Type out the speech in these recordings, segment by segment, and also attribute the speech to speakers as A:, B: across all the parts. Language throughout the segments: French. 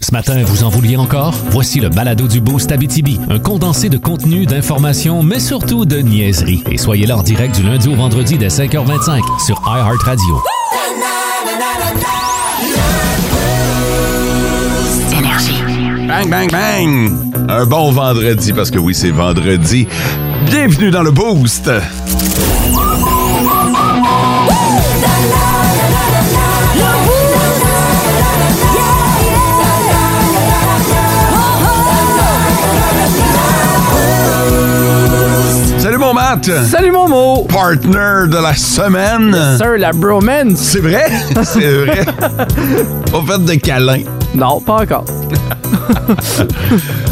A: Ce matin, vous en vouliez encore? Voici le balado du Boost Abitibi, un condensé de contenu, d'informations, mais surtout de niaiseries. Et soyez là en direct du lundi au vendredi dès 5h25 sur iHeartRadio.
B: Bang, bang, bang! Un bon vendredi, parce que oui, c'est vendredi. Bienvenue dans le Boost! Salut mon Matt!
C: Salut mon mot!
B: Partner de la semaine!
C: Sir, la bromance!
B: C'est vrai? C'est vrai! Pas fait de câlin.
C: Non, pas encore.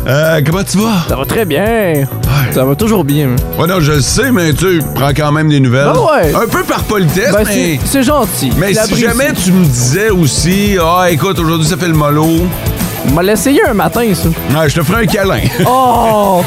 B: Euh, comment tu vas?
C: Ça va très bien. Ça va toujours bien.
B: Ouais, non, je le sais, mais tu sais, prends quand même des nouvelles.
C: Ben ouais.
B: Un peu par politesse,
C: Ben,
B: mais.
C: c'est- c'est gentil.
B: Mais
C: Il
B: si
C: apprécie.
B: jamais tu me disais aussi, ah, écoute, aujourd'hui ça fait le mollo,
C: On m'a l'essayé un matin, ça.
B: Ah, je te ferai un câlin.
C: Oh!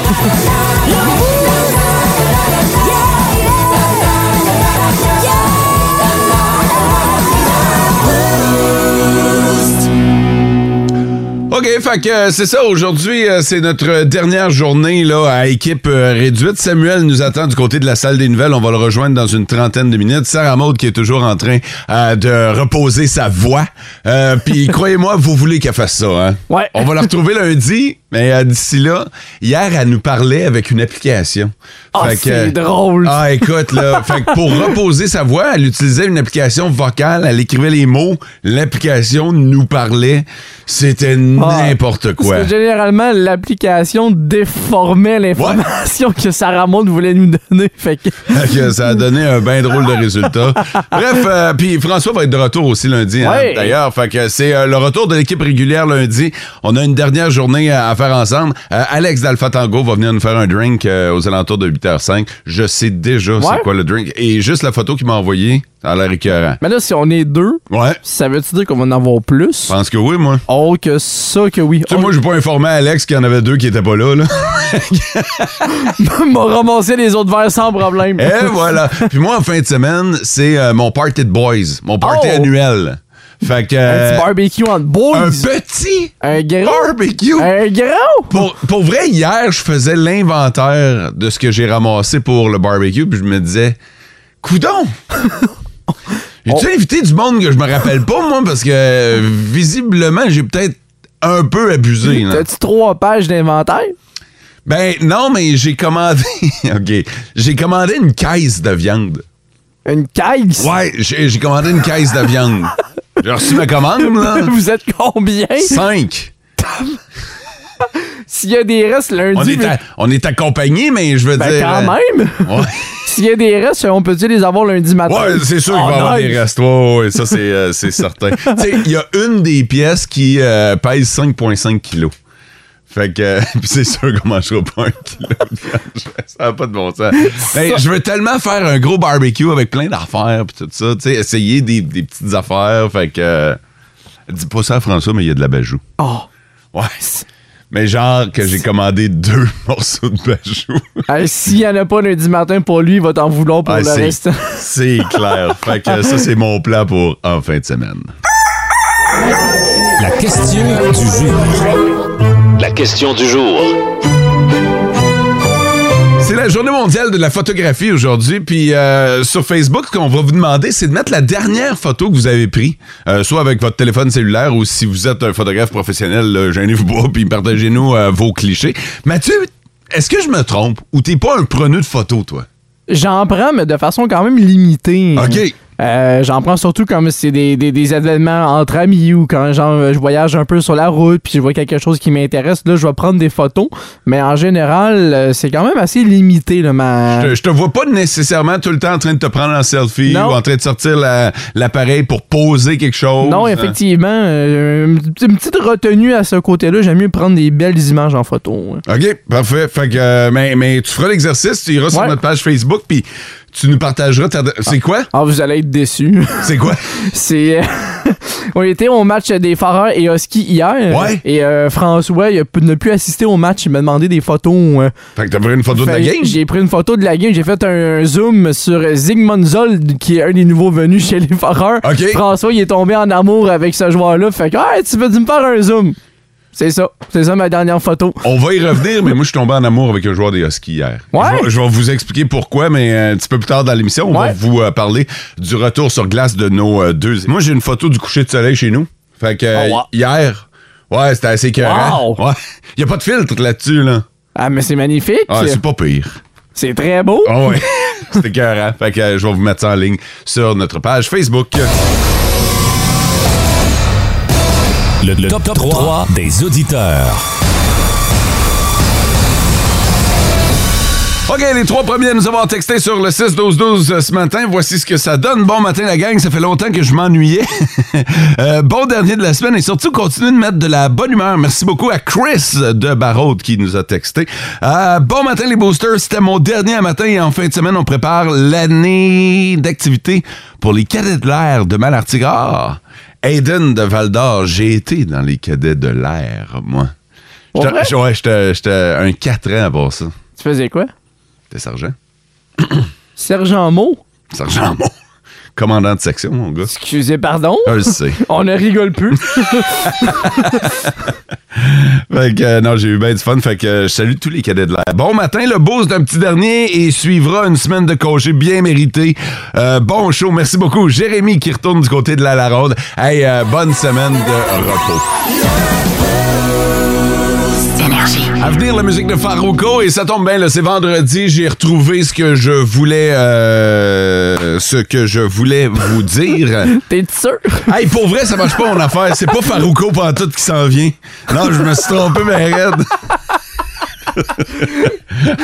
B: OK, fait que euh, c'est ça. Aujourd'hui, euh, c'est notre dernière journée là, à équipe euh, réduite. Samuel nous attend du côté de la salle des nouvelles. On va le rejoindre dans une trentaine de minutes. Sarah Maud qui est toujours en train euh, de reposer sa voix. Euh, Puis croyez-moi, vous voulez qu'elle fasse ça. Hein?
C: Ouais.
B: On va la retrouver lundi. Mais euh, d'ici là, hier, elle nous parlait avec une application.
C: Ah,
B: Fait que,
C: c'est drôle.
B: Ah, écoute, là. fait que pour reposer sa voix, elle utilisait une application vocale. Elle écrivait les mots. L'application nous parlait. C'était
C: Ah.
B: n'importe quoi.
C: Parce que généralement, l'application déformait l'information que Sarah Maud voulait nous donner. Fait que...
B: Fait que ça a donné un bien drôle de résultat. Bref, euh, puis François va être de retour aussi lundi, hein,
C: Ouais.
B: d'ailleurs. Fait que c'est euh, le retour de l'équipe régulière lundi. On a une dernière journée à, à faire ensemble. Euh, Alex d'Alpha Tango va venir nous faire un drink euh, aux alentours de 8h05. Je sais déjà
C: Ouais.
B: c'est quoi le drink. Et juste la photo qu'il m'a envoyée, ça a l'air écœurant.
C: Mais là, si on est deux,
B: Ouais,
C: ça veut-tu dire qu'on va en avoir plus?
B: je pense que oui, moi.
C: Oh, que ça, que oui.
B: Tu sais, moi, je pas informé Alex qu'il y en avait deux qui étaient pas là. là.
C: On m'a ramassé les autres verres sans problème.
B: Et voilà. Puis moi, en fin de semaine, c'est euh, mon party de boys, mon party
C: Oh!
B: annuel. Fait que.
C: Un
B: euh,
C: petit barbecue en boys.
B: un petit
C: Un grand.
B: barbecue.
C: Un grand.
B: Pour, pour vrai, hier, je faisais l'inventaire de ce que j'ai ramassé pour le barbecue, puis je me disais, coudon! J'ai-tu invité du monde que je me rappelle pas, moi, parce que euh, visiblement, j'ai peut-être un peu abusé. là.
C: T'as-tu trois pages d'inventaire?
B: Ben non, mais j'ai commandé. OK. J'ai commandé une caisse de viande.
C: Une caisse?
B: Ouais, j'ai j'ai commandé une caisse de viande. J'ai reçu ma commande, là.
C: Vous êtes combien?
B: Cinq.
C: S'il y a des restes lundi,
B: On est,
C: mais-
B: à- on est accompagnés, mais je veux
C: ben,
B: dire.
C: quand même!
B: euh, ouais.
C: S'il y a des restes, on peut-tu les avoir lundi matin?
B: Ouais, c'est sûr qu'il va y
C: Oh,
B: avoir
C: nice.
B: des restes. Ouais, ouais, ça, c'est euh, c'est certain. tu sais, il y a une des pièces qui euh, pèse 5,5 kilos. Fait que, euh, puis c'est sûr qu'on mangera pas un kilo de viande. Ça n'a pas de bon sens. Mais je veux tellement faire un gros barbecue avec plein d'affaires puis tout ça. Tu sais, essayer des, des petites affaires. Fait que, euh, dis pas ça à François, mais il y a de la bajou.
C: Oh.
B: Ouais. Mais genre que j'ai commandé deux morceaux de bajou.
C: Hey, S'il y en a pas lundi matin pour lui, il va t'en vouloir pour
B: Ah,
C: le
B: c'est-
C: reste.
B: C'est clair. fait que ça, c'est mon plan pour en fin de semaine.
A: La question du jour.
D: La question du jour.
B: C'est la journée mondiale de la photographie aujourd'hui. Puis euh, sur Facebook, ce qu'on va vous demander, c'est de mettre la dernière photo que vous avez prise, euh, soit avec votre téléphone cellulaire ou si vous êtes un photographe professionnel, là, gênez-vous pas, puis partagez-nous euh, vos clichés. Mathieu, est-ce que je me trompe ou t'es pas un preneux de photos, toi?
C: J'en prends, mais de façon quand même limitée.
B: OK.
C: Euh, J'en prends surtout comme c'est des, des, des événements entre amis ou quand genre, je voyage un peu sur la route puis je vois quelque chose qui m'intéresse. Là, je vais prendre des photos. Mais en général, euh, c'est quand même assez limité. Là, ma...
B: Je, je te vois pas nécessairement tout le temps en train de te prendre en selfie
C: Non.
B: ou en train de sortir la- l'appareil pour poser quelque chose.
C: Non,
B: Euh,
C: effectivement, euh, une petite- une petite retenue à ce côté-là. J'aime mieux prendre des belles images en photo. hein.
B: OK, parfait. Fait que, euh, mais, mais tu feras l'exercice, tu iras sur
C: Ouais.
B: notre page Facebook, puis tu nous partageras ta. C'est quoi?
C: Ah, vous allez être déçus.
B: C'est quoi?
C: C'est. euh, on était au match des Fareurs et Husky hier.
B: Ouais.
C: Et euh, François, il a pu- n'a plus assister au match. Il m'a demandé des photos. euh,
B: Fait que t'as pris une photo de la
C: Fait-
B: game?
C: J'ai pris une photo de la game. J'ai fait un, un zoom sur Zygmunt Zold, qui est un des nouveaux venus chez les Foreurs.
B: Ok.
C: François, il est tombé en amour avec ce joueur-là. Fait que, Hey, tu veux-tu me faire un zoom? C'est ça. C'est ça ma dernière photo.
B: On va y revenir, mais moi, je suis tombé en amour avec un joueur des Huskies hier.
C: Ouais.
B: Je, vais- je vais vous expliquer pourquoi, mais euh, un petit peu plus tard dans l'émission, on va
C: Ouais.
B: vous euh, parler du retour sur glace de nos euh, deux. Moi, j'ai une photo du coucher de soleil chez nous. Fait que euh,
C: Oh, wow.
B: hier, ouais, c'était assez écœurant.
C: Wow.
B: Ouais. Il n'y a pas de filtre là-dessus, là.
C: Ah, mais c'est magnifique.
B: Ah, c'est pas pire.
C: c'est très beau.
B: Ah ouais. C'était écœurant. Fait que euh, je vais vous mettre ça en ligne sur notre page Facebook.
A: Le, le top, 3, des auditeurs.
B: OK, les trois premiers à nous avoir texté sur le 6-12-12 euh, ce matin, voici ce que ça donne. Bon matin, la gang, ça fait longtemps que je m'ennuyais. Euh, bon dernier de la semaine et surtout, continuez de mettre de la bonne humeur. Merci beaucoup à Chris de Barraud qui nous a texté. Euh, bon matin, les boosters, c'était mon dernier à matin et en fin de semaine, on prépare l'année d'activité pour les cadets de l'air de Malartigard. Aiden de Val-d'Or, j'ai été dans les cadets de l'air, moi.
C: Pour vrai?
B: J'étais ouais, j'étais- j'étais un 4 ans avant ça.
C: Tu faisais quoi?
B: T'es sergent?
C: Sergent Mo?
B: Sergent Mo. Commandant de section, mon gars.
C: Excusez, pardon.
B: Je Ah, le sais.
C: On ne rigole plus.
B: Fait que, euh, non, j'ai eu bien du fun. Fait que euh, je salue tous les cadets de l'air. Bon matin, le boost d'un petit dernier et suivra une semaine de congé bien méritée. Euh, bon show, merci beaucoup. Jérémy qui retourne du côté de la Laronde. Hey, euh, bonne semaine de repos. À venir, la musique de Farouko et ça tombe bien, là, c'est vendredi, j'ai retrouvé ce que je voulais, euh, ce que je voulais vous dire.
C: T'es sûr?
B: Hey, pour vrai, ça marche pas mon affaire. C'est pas Farouko pantoute qui s'en vient. Non, je me suis trompé, mais raide.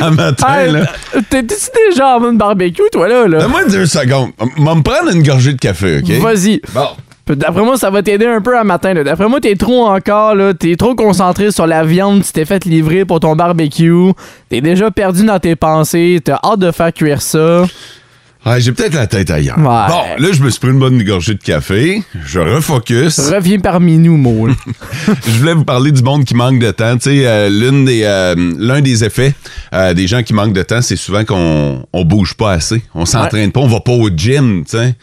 B: à matin,
C: Hey, euh,
B: là.
C: T'es-tu déjà en mode barbecue, toi, là? là?
B: Donne-moi deux secondes. Va me prendre une gorgée de café, OK?
C: Vas-y.
B: Bon.
C: D'après moi, ça va t'aider un peu à matin. là. D'après moi, t'es trop encore, là. T'es trop concentré sur la viande que tu t'es faite livrer pour ton barbecue. T'es déjà perdu dans tes pensées. T'as hâte de faire cuire ça.
B: Ouais, j'ai peut-être la tête ailleurs.
C: Ouais.
B: Bon, là, je me suis pris une bonne gorgée de café. Je refocus.
C: Reviens parmi nous, Mo. là.
B: je voulais vous parler du monde qui manque de temps. Tu sais, euh, l'une des, euh, l'un des effets euh, des gens qui manquent de temps, c'est souvent qu'on on bouge pas assez. On s'entraîne pas, on va pas au gym, tu sais.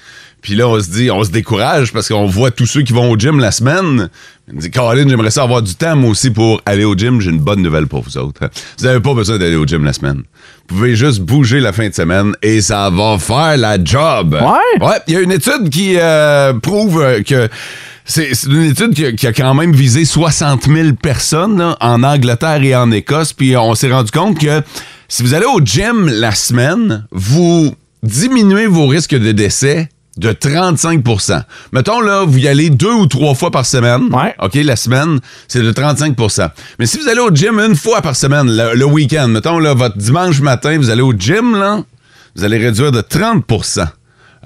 B: Puis là, on se dit, on se décourage parce qu'on voit tous ceux qui vont au gym la semaine. On dit, Caroline, j'aimerais ça avoir du temps, moi aussi, pour aller au gym. J'ai une bonne nouvelle pour vous autres. Vous n'avez pas besoin d'aller au gym la semaine. Vous pouvez juste bouger la fin de semaine et ça va faire la job.
C: Ouais?
B: Ouais, il y a une étude qui euh, prouve euh, que. C'est c'est une étude qui a, qui a quand même visé 60 000 personnes là, en Angleterre et en Écosse. Puis euh, on s'est rendu compte que si vous allez au gym la semaine, vous diminuez vos risques de décès de 35 Mettons, là, vous y allez deux ou trois fois par semaine.
C: Ouais.
B: OK, la semaine, c'est de 35 Mais si vous allez au gym une fois par semaine, le, le week-end, mettons, là, votre dimanche matin, vous allez au gym, là, vous allez réduire de 30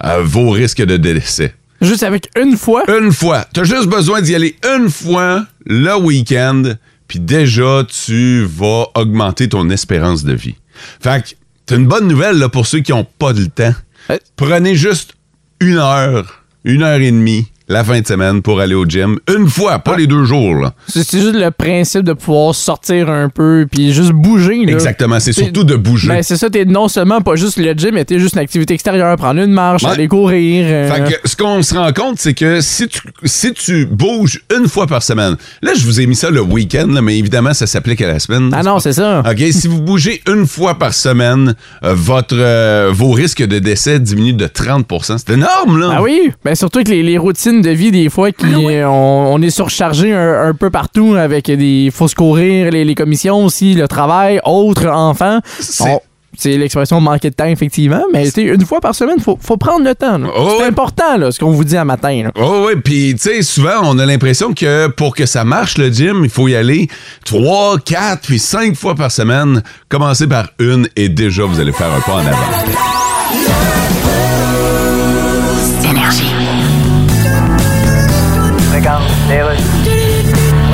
B: euh, vos risques de décès.
C: Juste avec une fois.
B: Une fois. T'as juste besoin d'y aller une fois le week-end, puis déjà, tu vas augmenter ton espérance de vie. Fait que, t'as une bonne nouvelle là, pour ceux qui n'ont pas le temps.
C: Euh.
B: Prenez juste une heure, une heure et demie la fin de semaine pour aller au gym. Une fois, pas les deux jours. là.
C: C'est c'est juste le principe de pouvoir sortir un peu puis juste bouger. Là.
B: Exactement. C'est
C: C'est-
B: surtout de bouger.
C: Ben, c'est ça, t'es non seulement pas juste le gym, mais t'es juste une activité extérieure, prendre une marche,
B: Ouais.
C: aller courir. euh,
B: Fait que ce qu'on se rend compte, c'est que si tu, si tu bouges une fois par semaine, là, je vous ai mis ça le week-end, là, mais évidemment, ça s'applique à la semaine.
C: Ah non, c'est ça.
B: OK, si vous bougez une fois par semaine, euh, votre, euh, vos risques de décès diminuent de 30 C'est énorme, là!
C: Ah oui? Ben surtout que les, les routines de vie, des fois, qui, euh, on, on est surchargé un, un peu partout avec des fausses courir, les, les commissions aussi, le travail, autres, enfants.
B: C'est-
C: On- C'est l'expression manquer de temps, effectivement, mais tu sais, une fois par semaine, faut, faut prendre le temps. là.
B: Oh
C: c'est
B: ouais.
C: important, là, ce qu'on vous dit à matin. là.
B: Oh oui, puis tu sais, souvent, on a l'impression que pour que ça marche, le gym, il faut y aller trois, quatre, puis cinq fois par semaine. Commencez par une et déjà, vous allez faire un pas en avant.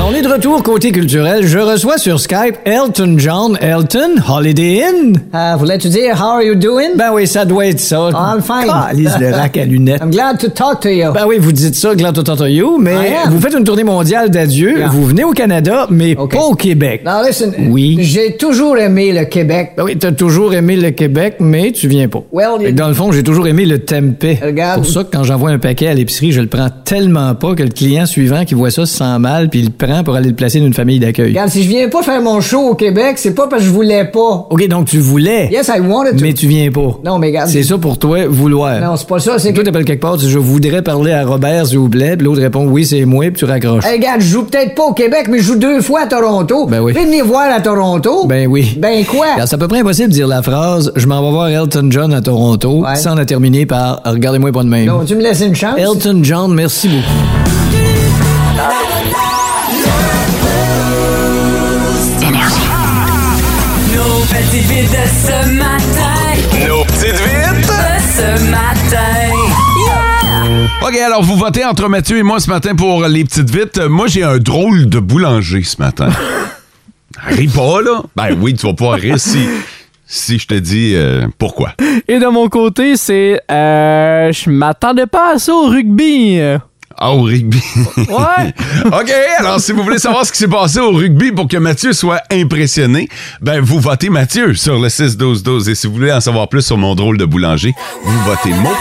E: On est de retour côté culturel. Je reçois sur Skype Elton John Elton Holiday Inn.
F: Uh, voulais-tu dire how are you doing? Ah,
E: Ben oui, ça doit être ça.
F: I'm fine.
E: Calisse le rack à lunettes.
F: I'm glad to talk to you.
E: Ben oui, vous dites ça, Glad to talk to you, mais
F: I am.
E: vous faites une tournée mondiale d'adieu. Vous venez au Canada, mais
F: OK.
E: pas au Québec.
F: Now listen,
E: Oui.
F: j'ai toujours aimé le Québec.
E: Ben oui, t'as toujours aimé le Québec, mais tu viens pas.
F: Well,
E: Fait que
F: you-
E: dans le fond, j'ai toujours aimé le tempeh.
F: Regarde.
E: pour ça que quand j'envoie un paquet à l'épicerie, je le prends tellement pas que le client suivant qui voit ça se sent mal, puis il le prend pour aller aller te placer d'une famille d'accueil.
F: Regarde, si je viens pas faire mon show au Québec, c'est pas parce que je voulais pas.
E: OK, donc tu voulais,
F: Yes, I wanted to.
E: mais tu viens pas.
F: Non, mais regarde.
E: C'est ça pour toi, vouloir.
F: Non, c'est pas ça, c'est que.
E: Toi, t'appelles quelque part, tu dis, je voudrais parler à Robert, s'il vous plaît, puis l'autre répond, oui, c'est moi, puis tu raccroches.
F: Hey, regarde, je joue peut-être pas au Québec, mais je joue deux fois à Toronto.
E: Ben oui.
F: Fais venir voir à Toronto.
E: Ben oui.
F: Ben quoi?
E: Regarde, C'est à peu près impossible de dire la phrase « Je m'en vais voir Elton John à Toronto
F: Ouais.
E: sans la terminer par « Regardez-moi pas de même
F: Donc, tu me laisses une chance?
E: Elton John, merci beaucoup.
G: Nos petites vites de ce matin.
B: Nos petites vites!
G: De ce matin. Yeah!
B: OK, alors vous votez entre Mathieu et moi ce matin pour les petites vites. Euh, Moi, j'ai un drôle de boulanger ce matin. Ris pas, là. Ben oui, tu vas pas rire si, si je te dis euh, pourquoi.
C: Et de mon côté, c'est. Euh, je m'attendais pas à ça au rugby.
B: Ah, au rugby.
C: Ouais.
B: OK, alors si vous voulez savoir ce qui s'est passé au rugby pour que Mathieu soit impressionné, ben vous votez Mathieu sur le 6-12-12. Et si vous voulez en savoir plus sur mon drôle de boulanger, vous votez moi.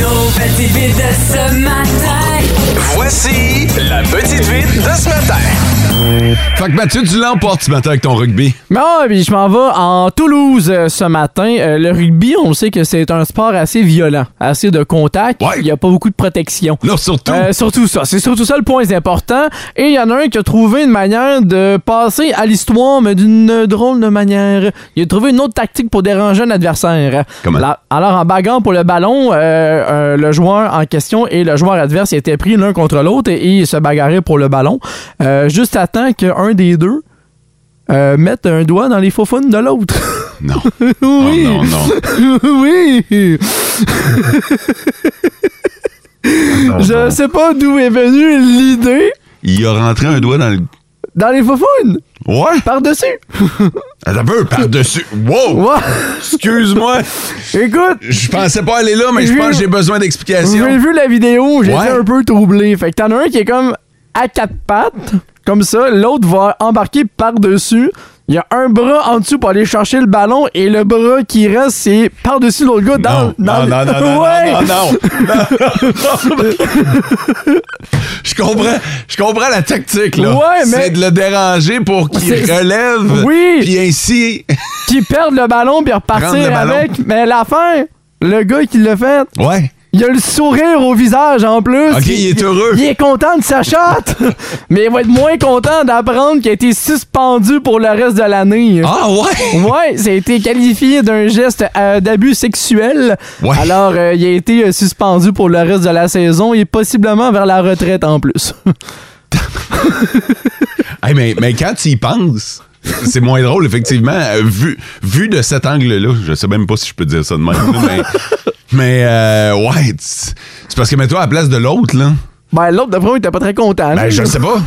G: Nos petites vites de ce matin.
H: Voici la petite vite de ce matin.
B: Fait que Mathieu, tu l'emportes ce matin avec ton rugby.
C: Mais Ben ouais, puis je m'en vais en Toulouse euh, ce matin. Euh, le rugby, on le sait que c'est un sport assez violent, assez de contact.
B: Ouais.
C: Il n'y a pas beaucoup de protection.
B: Non, surtout.
C: Euh, surtout ça. C'est surtout ça le point important. Et il y en a un qui a trouvé une manière de passer à l'histoire, mais d'une drôle de manière. Il a trouvé une autre tactique pour déranger un adversaire.
B: Comment?
C: La- alors, en bagarre pour le ballon, euh, euh, le joueur en question et le joueur adverse étaient pris l'un contre l'autre et, et ils se bagarraient pour le ballon. Euh, juste à temps qu'un des deux euh, mette un doigt dans les faux de l'autre.
B: Non. Oh,
C: oui!
B: non, non.
C: oui! Je sais pas d'où est venue l'idée
B: Il a rentré un doigt dans le.
C: dans les faufounes,
B: Ouais!
C: par-dessus.
B: Attends un peu, par-dessus. Wow!
C: Ouais.
B: Excuse-moi!
C: Écoute,
B: Je pensais pas aller là, mais je pense que j'ai besoin
C: vous avez
B: d'explications.
C: vu la vidéo, j'ai
B: Ouais.
C: été un peu troublé. Fait que t'en as un qui est comme à quatre pattes, comme ça, l'autre va embarquer par-dessus. Il y a un bras en dessous pour aller chercher le ballon et le bras qui reste, c'est par-dessus l'autre gars dans...
B: Non, non, non, non, non,
C: Ouais.
B: non, non, non, non. Je comprends, je comprends la tactique, là.
C: Ouais, mais-
B: C'est de le déranger pour qu'il
C: C'est-
B: relève.
C: Oui.
B: Puis ainsi.
C: Qui perdent le ballon puis
B: Prendre le
C: repartir
B: ballon.
C: avec. Mais la fin, le gars qui l'a fait,
B: Ouais.
C: il a le sourire au visage en plus.
B: Ok, il est heureux.
C: Il est content de sa chatte, mais il va être moins content d'apprendre qu'il a été suspendu pour le reste de l'année.
B: Ah, ouais.
C: Ouais, ça a été qualifié d'un geste euh, d'abus sexuel.
B: Ouais.
C: Alors, euh, il a été euh, suspendu pour le reste de la saison et possiblement vers la retraite en plus.
B: Hey, mais, mais quand tu y penses, c'est moins drôle, effectivement. Euh, Vu, vu de cet angle-là, je sais même pas si je peux dire ça de même. là, mais mais euh, ouais, c'est c'est parce que mets-toi à la place de l'autre, là.
C: ben, l'autre, d'après moi, il était pas très content.
B: Ben, je sais pas.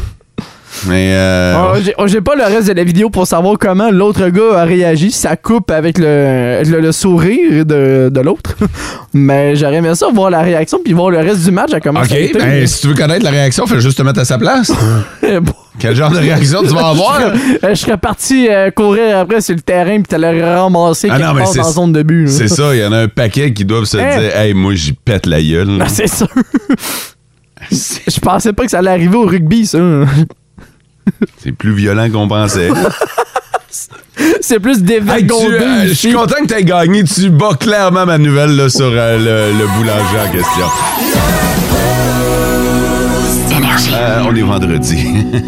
B: Mais euh,
C: Ah, j'ai- oh, J'ai pas le reste de la vidéo pour savoir comment l'autre gars a réagi. Ça coupe avec le, le, le sourire de, de l'autre. Mais j'aurais aimé ça, voir la réaction, puis voir le reste du match à comment ça a
B: OK,
C: été.
B: ben, si tu veux connaître la réaction, fais juste te mettre à sa place. Quel genre de réaction tu vas avoir?
C: Euh, je serais parti euh, courir après sur le terrain, puis t'allais ramasser
B: Ah
C: quelque
B: non, mais
C: part
B: c'est-
C: dans la zone de but. là.
B: C'est ça, il y en a un paquet qui doivent se
C: Hein?
B: dire Hey, moi, j'y pète la gueule.
C: Ah, C'est sûr. Je pensais pas que ça allait arriver au rugby, ça.
B: C'est plus violent qu'on pensait.
C: C'est plus
B: Hey, tu,
C: dévergondé.
B: euh, je suis
C: ici.
B: content que tu aies gagné. Tu bats clairement ma nouvelle là, sur euh, le, le boulanger en question. Euh, on est vendredi.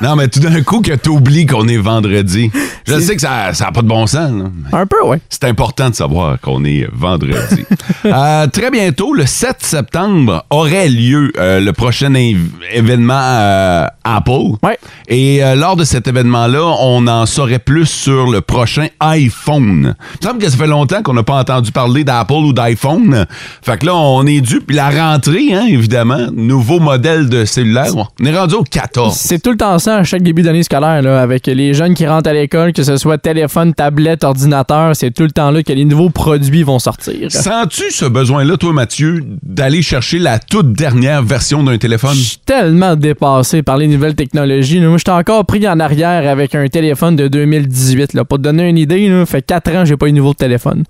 B: non, mais tout d'un coup que t'oublies qu'on est vendredi. Je sais que ça n'a pas de bon sens. là, mais-
C: Un peu, ouais.
B: C'est important de savoir qu'on est vendredi. Euh, très bientôt, le 7 septembre, aurait lieu euh, le prochain év- événement euh, Apple.
C: Ouais.
B: Et euh, lors de cet événement-là, on en saurait plus sur le prochain iPhone. Il me semble que ça fait longtemps qu'on n'a pas entendu parler d'Apple ou d'iPhone. Fait que là, on est dû. Puis la rentrée, hein, évidemment, nouveau modèle de cellulaire. On est rendu au 14.
C: C'est tout le temps ça à chaque début d'année scolaire, là, avec les jeunes qui rentrent à l'école, que ce soit téléphone, tablette, ordinateur, c'est tout le temps là que les nouveaux produits vont sortir.
B: Sens-tu ce besoin-là, toi, Mathieu, d'aller chercher la toute dernière version d'un téléphone?
C: Je suis tellement dépassé par les nouvelles technologies. là. Moi, j'étais encore pris en arrière avec un téléphone de 2018. Là. Pour te donner une idée, là, fait 4 ans que j'ai pas eu de nouveau téléphone.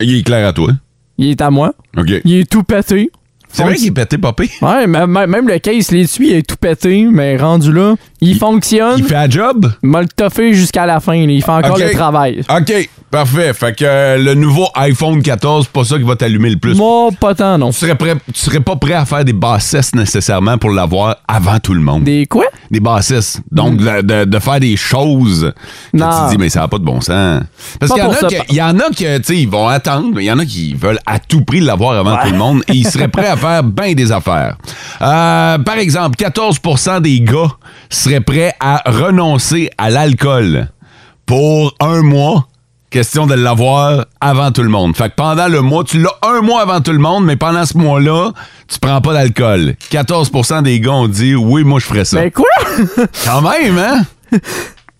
B: Il est clair à toi.
C: Il est à moi.
B: OK.
C: Il est tout pété.
B: C'est vrai qu'il est pété, papé.
C: Ouais, ma- ma- même le case, l'essuie, il est tout pété, mais rendu là, il, fonctionne.
B: Il
C: Il
B: fait un job?
C: m'a le toffé jusqu'à la fin. là. Il fait encore
B: OK.
C: le travail.
B: OK, parfait. Fait que euh, le nouveau iPhone 14, c'est pas ça qui va t'allumer le plus.
C: Moi, pas tant, non.
B: Tu serais, prêt- tu serais pas prêt à faire des bassesses nécessairement pour l'avoir avant tout le monde. Des,
C: Des quoi?
B: bassesses. Donc, de, de- de faire des choses que
C: Mm. Non.
B: tu dis, mais ça n'a pas de bon sens. Parce
C: Pas
B: qu'il y en
C: pour
B: a
C: ça,
B: que-
C: par-
B: il y en a qui, tu sais, ils vont attendre, mais il y en a qui veulent à tout prix l'avoir avant tout le monde et ils seraient prêts à faire bien des affaires. Euh, par exemple, 14 des gars seraient prêts à renoncer à l'alcool pour un mois. Question de l'avoir avant tout le monde. Fait que pendant le mois, tu l'as un mois avant tout le monde, mais pendant ce mois-là, tu prends pas d'alcool. 14 des gars ont dit oui, moi je ferais ça.
C: Ben quoi?
B: Quand même, hein?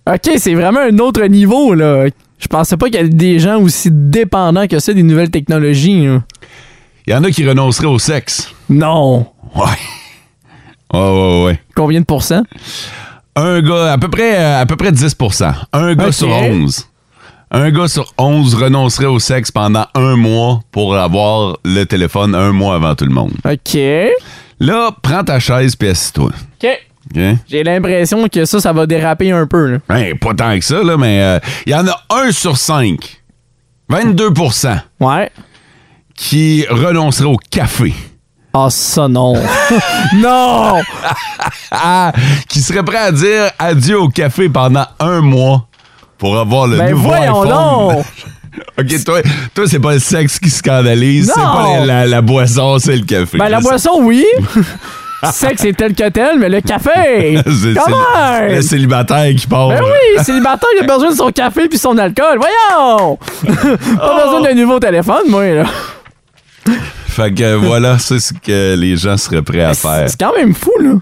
C: OK, c'est vraiment un autre niveau, là. Je pensais pas qu'il y avait des gens aussi dépendants que ça des nouvelles technologies. là.
B: Il y en a qui renonceraient au sexe.
C: Non.
B: Ouais. Ouais, ouais, ouais.
C: Combien de pourcents?
B: Un gars, à peu près, euh, à peu près 10 Un gars
C: Ok.
B: sur 11. Un gars sur 11 renoncerait au sexe pendant un mois pour avoir le téléphone un mois avant tout le monde.
C: OK.
B: Là, prends ta chaise puis assis-toi.
C: OK.
B: OK?
C: J'ai l'impression que ça, ça va déraper un peu, là.
B: Ben, pas tant que ça, là, mais euh, il y en a un sur 5, 22
C: Ouais.
B: qui renoncerait au café.
C: Ah, ça, non. non!
B: Ah, qui serait prêt à dire adieu au café pendant un mois pour avoir le
C: Ben
B: nouveau
C: voyons
B: iPhone.
C: donc!
B: OK, toi, toi c'est pas le sexe qui scandalise, c'est
C: Non.
B: pas la, la- la boisson, c'est le café.
C: Ben, la
B: Je
C: boisson, oui. Sexe est tel que tel, mais le café!
B: sais. C'est c'est
C: Come
B: le-
C: on!
B: le célibataire qui part.
C: Ben oui, célibataire, il a besoin de son café puis son alcool. Voyons! Pas besoin d'un nouveau téléphone, moi, là.
B: Fait que euh, voilà, c'est ce que les gens seraient prêts à faire.
C: Ben, C'est quand même fou, là.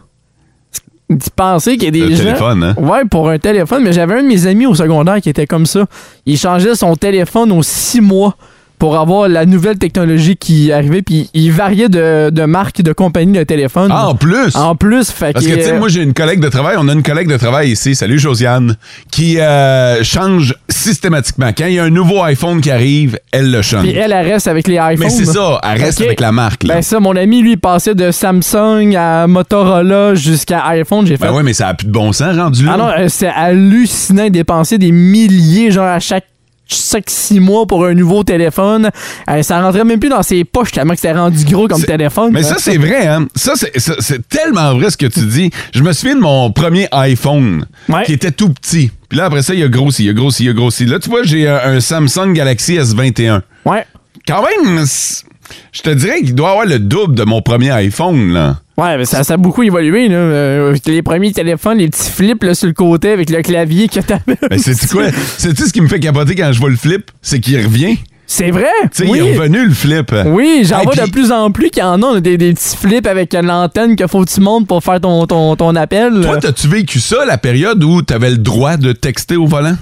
C: D'y penser qu'il y a des
B: Le
C: gens.
B: téléphone, hein?
C: Ouais, pour un téléphone. Mais j'avais un de mes amis au secondaire qui était comme ça. Il changeait son téléphone aux six mois pour avoir la nouvelle technologie qui arrivait. Puis il variait de, de marque, de compagnie de téléphone.
B: Ah, en plus!
C: En plus, fait
B: Parce que, tu sais, moi, j'ai une collègue de travail, on a une collègue de travail ici, salut Josiane, qui euh, change systématiquement. Quand il y a un nouveau iPhone qui arrive, elle le change.
C: euh, Puis elle, elle reste avec les iPhones.
B: Mais c'est ça, elle reste
C: Ok.
B: avec la marque. Là.
C: Ben ça, mon ami, lui, il passait de Samsung à Motorola jusqu'à iPhone. J'ai fait.
B: Ben ouais, mais ça a plus de bon sens rendu là.
C: Ah non, euh, c'est hallucinant de dépenser des milliers, genre à chaque 5-6 mois pour un nouveau téléphone. Euh, ça rentrait même plus dans ses poches tellement que c'était rendu gros comme
B: C'est-
C: téléphone.
B: Mais
C: quoi.
B: ça, c'est vrai, hein? Ça, c'est- ça, c'est tellement vrai ce que tu dis. Je me souviens de mon premier iPhone
C: Ouais.
B: qui était tout petit. Puis là, après ça, il a grossi, il a grossi, il a grossi. Là, tu vois, j'ai euh, un, un Samsung Galaxy S21.
C: Ouais.
B: Quand même, c'est- je te dirais qu'il doit avoir le double de mon premier iPhone, là.
C: Ouais, mais ça, ça a beaucoup évolué. Là. Euh, les premiers téléphones, les petits flips là, sur le côté avec le clavier que t'avais.
B: Mais c'est quoi? C'est-tu ce qui me fait capoter quand je vois le flip? C'est qu'il revient.
C: C'est vrai?
B: Tu sais,
C: oui.
B: il est revenu le flip.
C: Oui, j'en
B: Hey,
C: vois
B: puis-
C: de plus en plus qu'il y en a. on a des, des petits flips avec euh, l'antenne que faut que tu montes pour faire ton, ton, ton appel.
B: Toi, t'as-tu vécu ça, la période où t'avais le droit de texter au volant?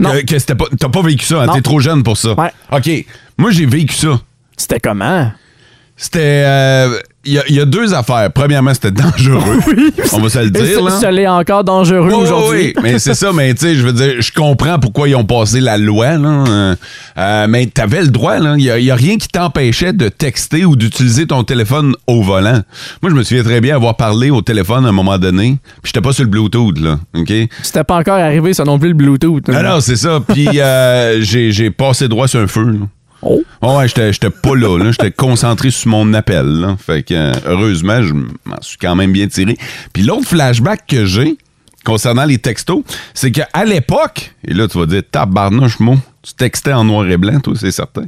C: Non.
B: Que, que c'était pas, t'as pas vécu ça, hein?
C: Non.
B: t'es trop jeune pour ça.
C: Ouais.
B: OK. Moi, j'ai vécu ça.
C: C'était comment?
B: C'était. euh, Il y a- il y, a deux affaires. Premièrement, c'était dangereux. On va se le
C: Et
B: dire,
C: ça,
B: là.
C: ça l'est encore dangereux
B: Oui, oui,
C: aujourd'hui.
B: oui. mais c'est ça, mais tu sais, je veux dire, je comprends pourquoi ils ont passé la loi, là. Euh, euh, mais t'avais le droit, là. Il n'y a, rien qui t'empêchait de texter ou d'utiliser ton téléphone au volant. Moi, je me souviens très bien avoir parlé au téléphone à un moment donné, puis j'étais pas sur le Bluetooth, là. OK?
C: C'était pas encore arrivé, ça non plus, le Bluetooth.
B: Ah Non, non, c'est ça. Puis euh, j'ai j'ai passé droit sur un feu, là.
C: Oh.
B: Ouais, ouais, j'étais j'étais pas là, là. J'étais concentré sur mon appel, là. Fait que, euh, heureusement, je m'en suis quand même bien tiré. Puis l'autre flashback que j'ai concernant les textos, c'est qu'à l'époque, et là, tu vas dire, tabarnouche, mot, tu textais en noir et blanc, toi, c'est certain.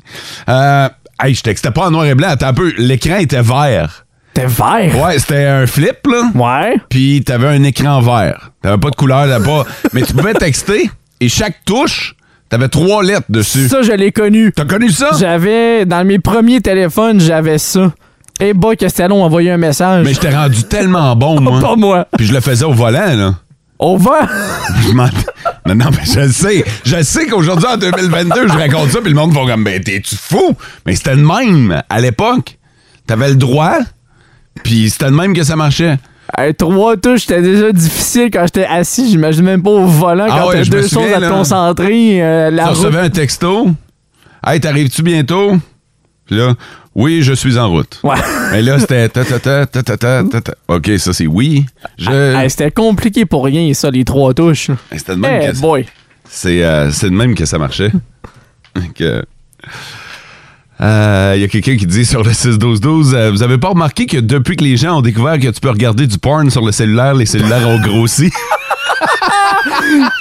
B: Euh, hey, je textais pas en noir et blanc, attends un peu. L'écran était vert.
C: T'es vert.
B: Ouais, c'était un flip, là.
C: Ouais.
B: Puis t'avais un écran vert. T'avais pas de couleur là-bas. Mais tu pouvais texter, et chaque touche, t'avais trois lettres dessus.
C: Ça, je l'ai connu.
B: T'as connu ça?
C: J'avais, dans mes premiers téléphones, j'avais ça. Et boy, que c'était long envoyer un message.
B: Mais j'étais rendu tellement bon, moi.
C: Pas moi.
B: Puis je le faisais au volant, là.
C: On va.
B: Je m'en- non, non, mais je le sais. Je le sais qu'aujourd'hui, en 2022, je raconte ça, puis le monde va comme, ben, t'es-tu fou? Mais c'était le même. À l'époque, t'avais le droit, puis c'était le même que ça marchait.
C: Hey, trois touches, c'était déjà difficile quand j'étais assis. J'imagine même pas au volant
B: Ah
C: quand
B: ouais,
C: t'as
B: je me
C: deux
B: souviens,
C: choses à te
B: là.
C: concentrer. euh, la
B: Tu
C: route.
B: recevais un texto. Hey, t'arrives-tu bientôt? Puis là, oui, je suis en route.
C: Ouais.
B: Mais là, c'était ta ta ta ta ta ta ta ta. OK, ça c'est oui. Je.
C: Ah, c'était compliqué pour rien, ça, les trois touches. là.
B: C'était de même
C: Eh
B: que ça-
C: boy.
B: C'est euh, c'est de même que ça marchait. Que- Euh, Il y a quelqu'un qui dit sur le 6-12-12, euh, vous avez pas remarqué que depuis que les gens ont découvert que tu peux regarder du porn sur le cellulaire, les cellulaires ont grossi?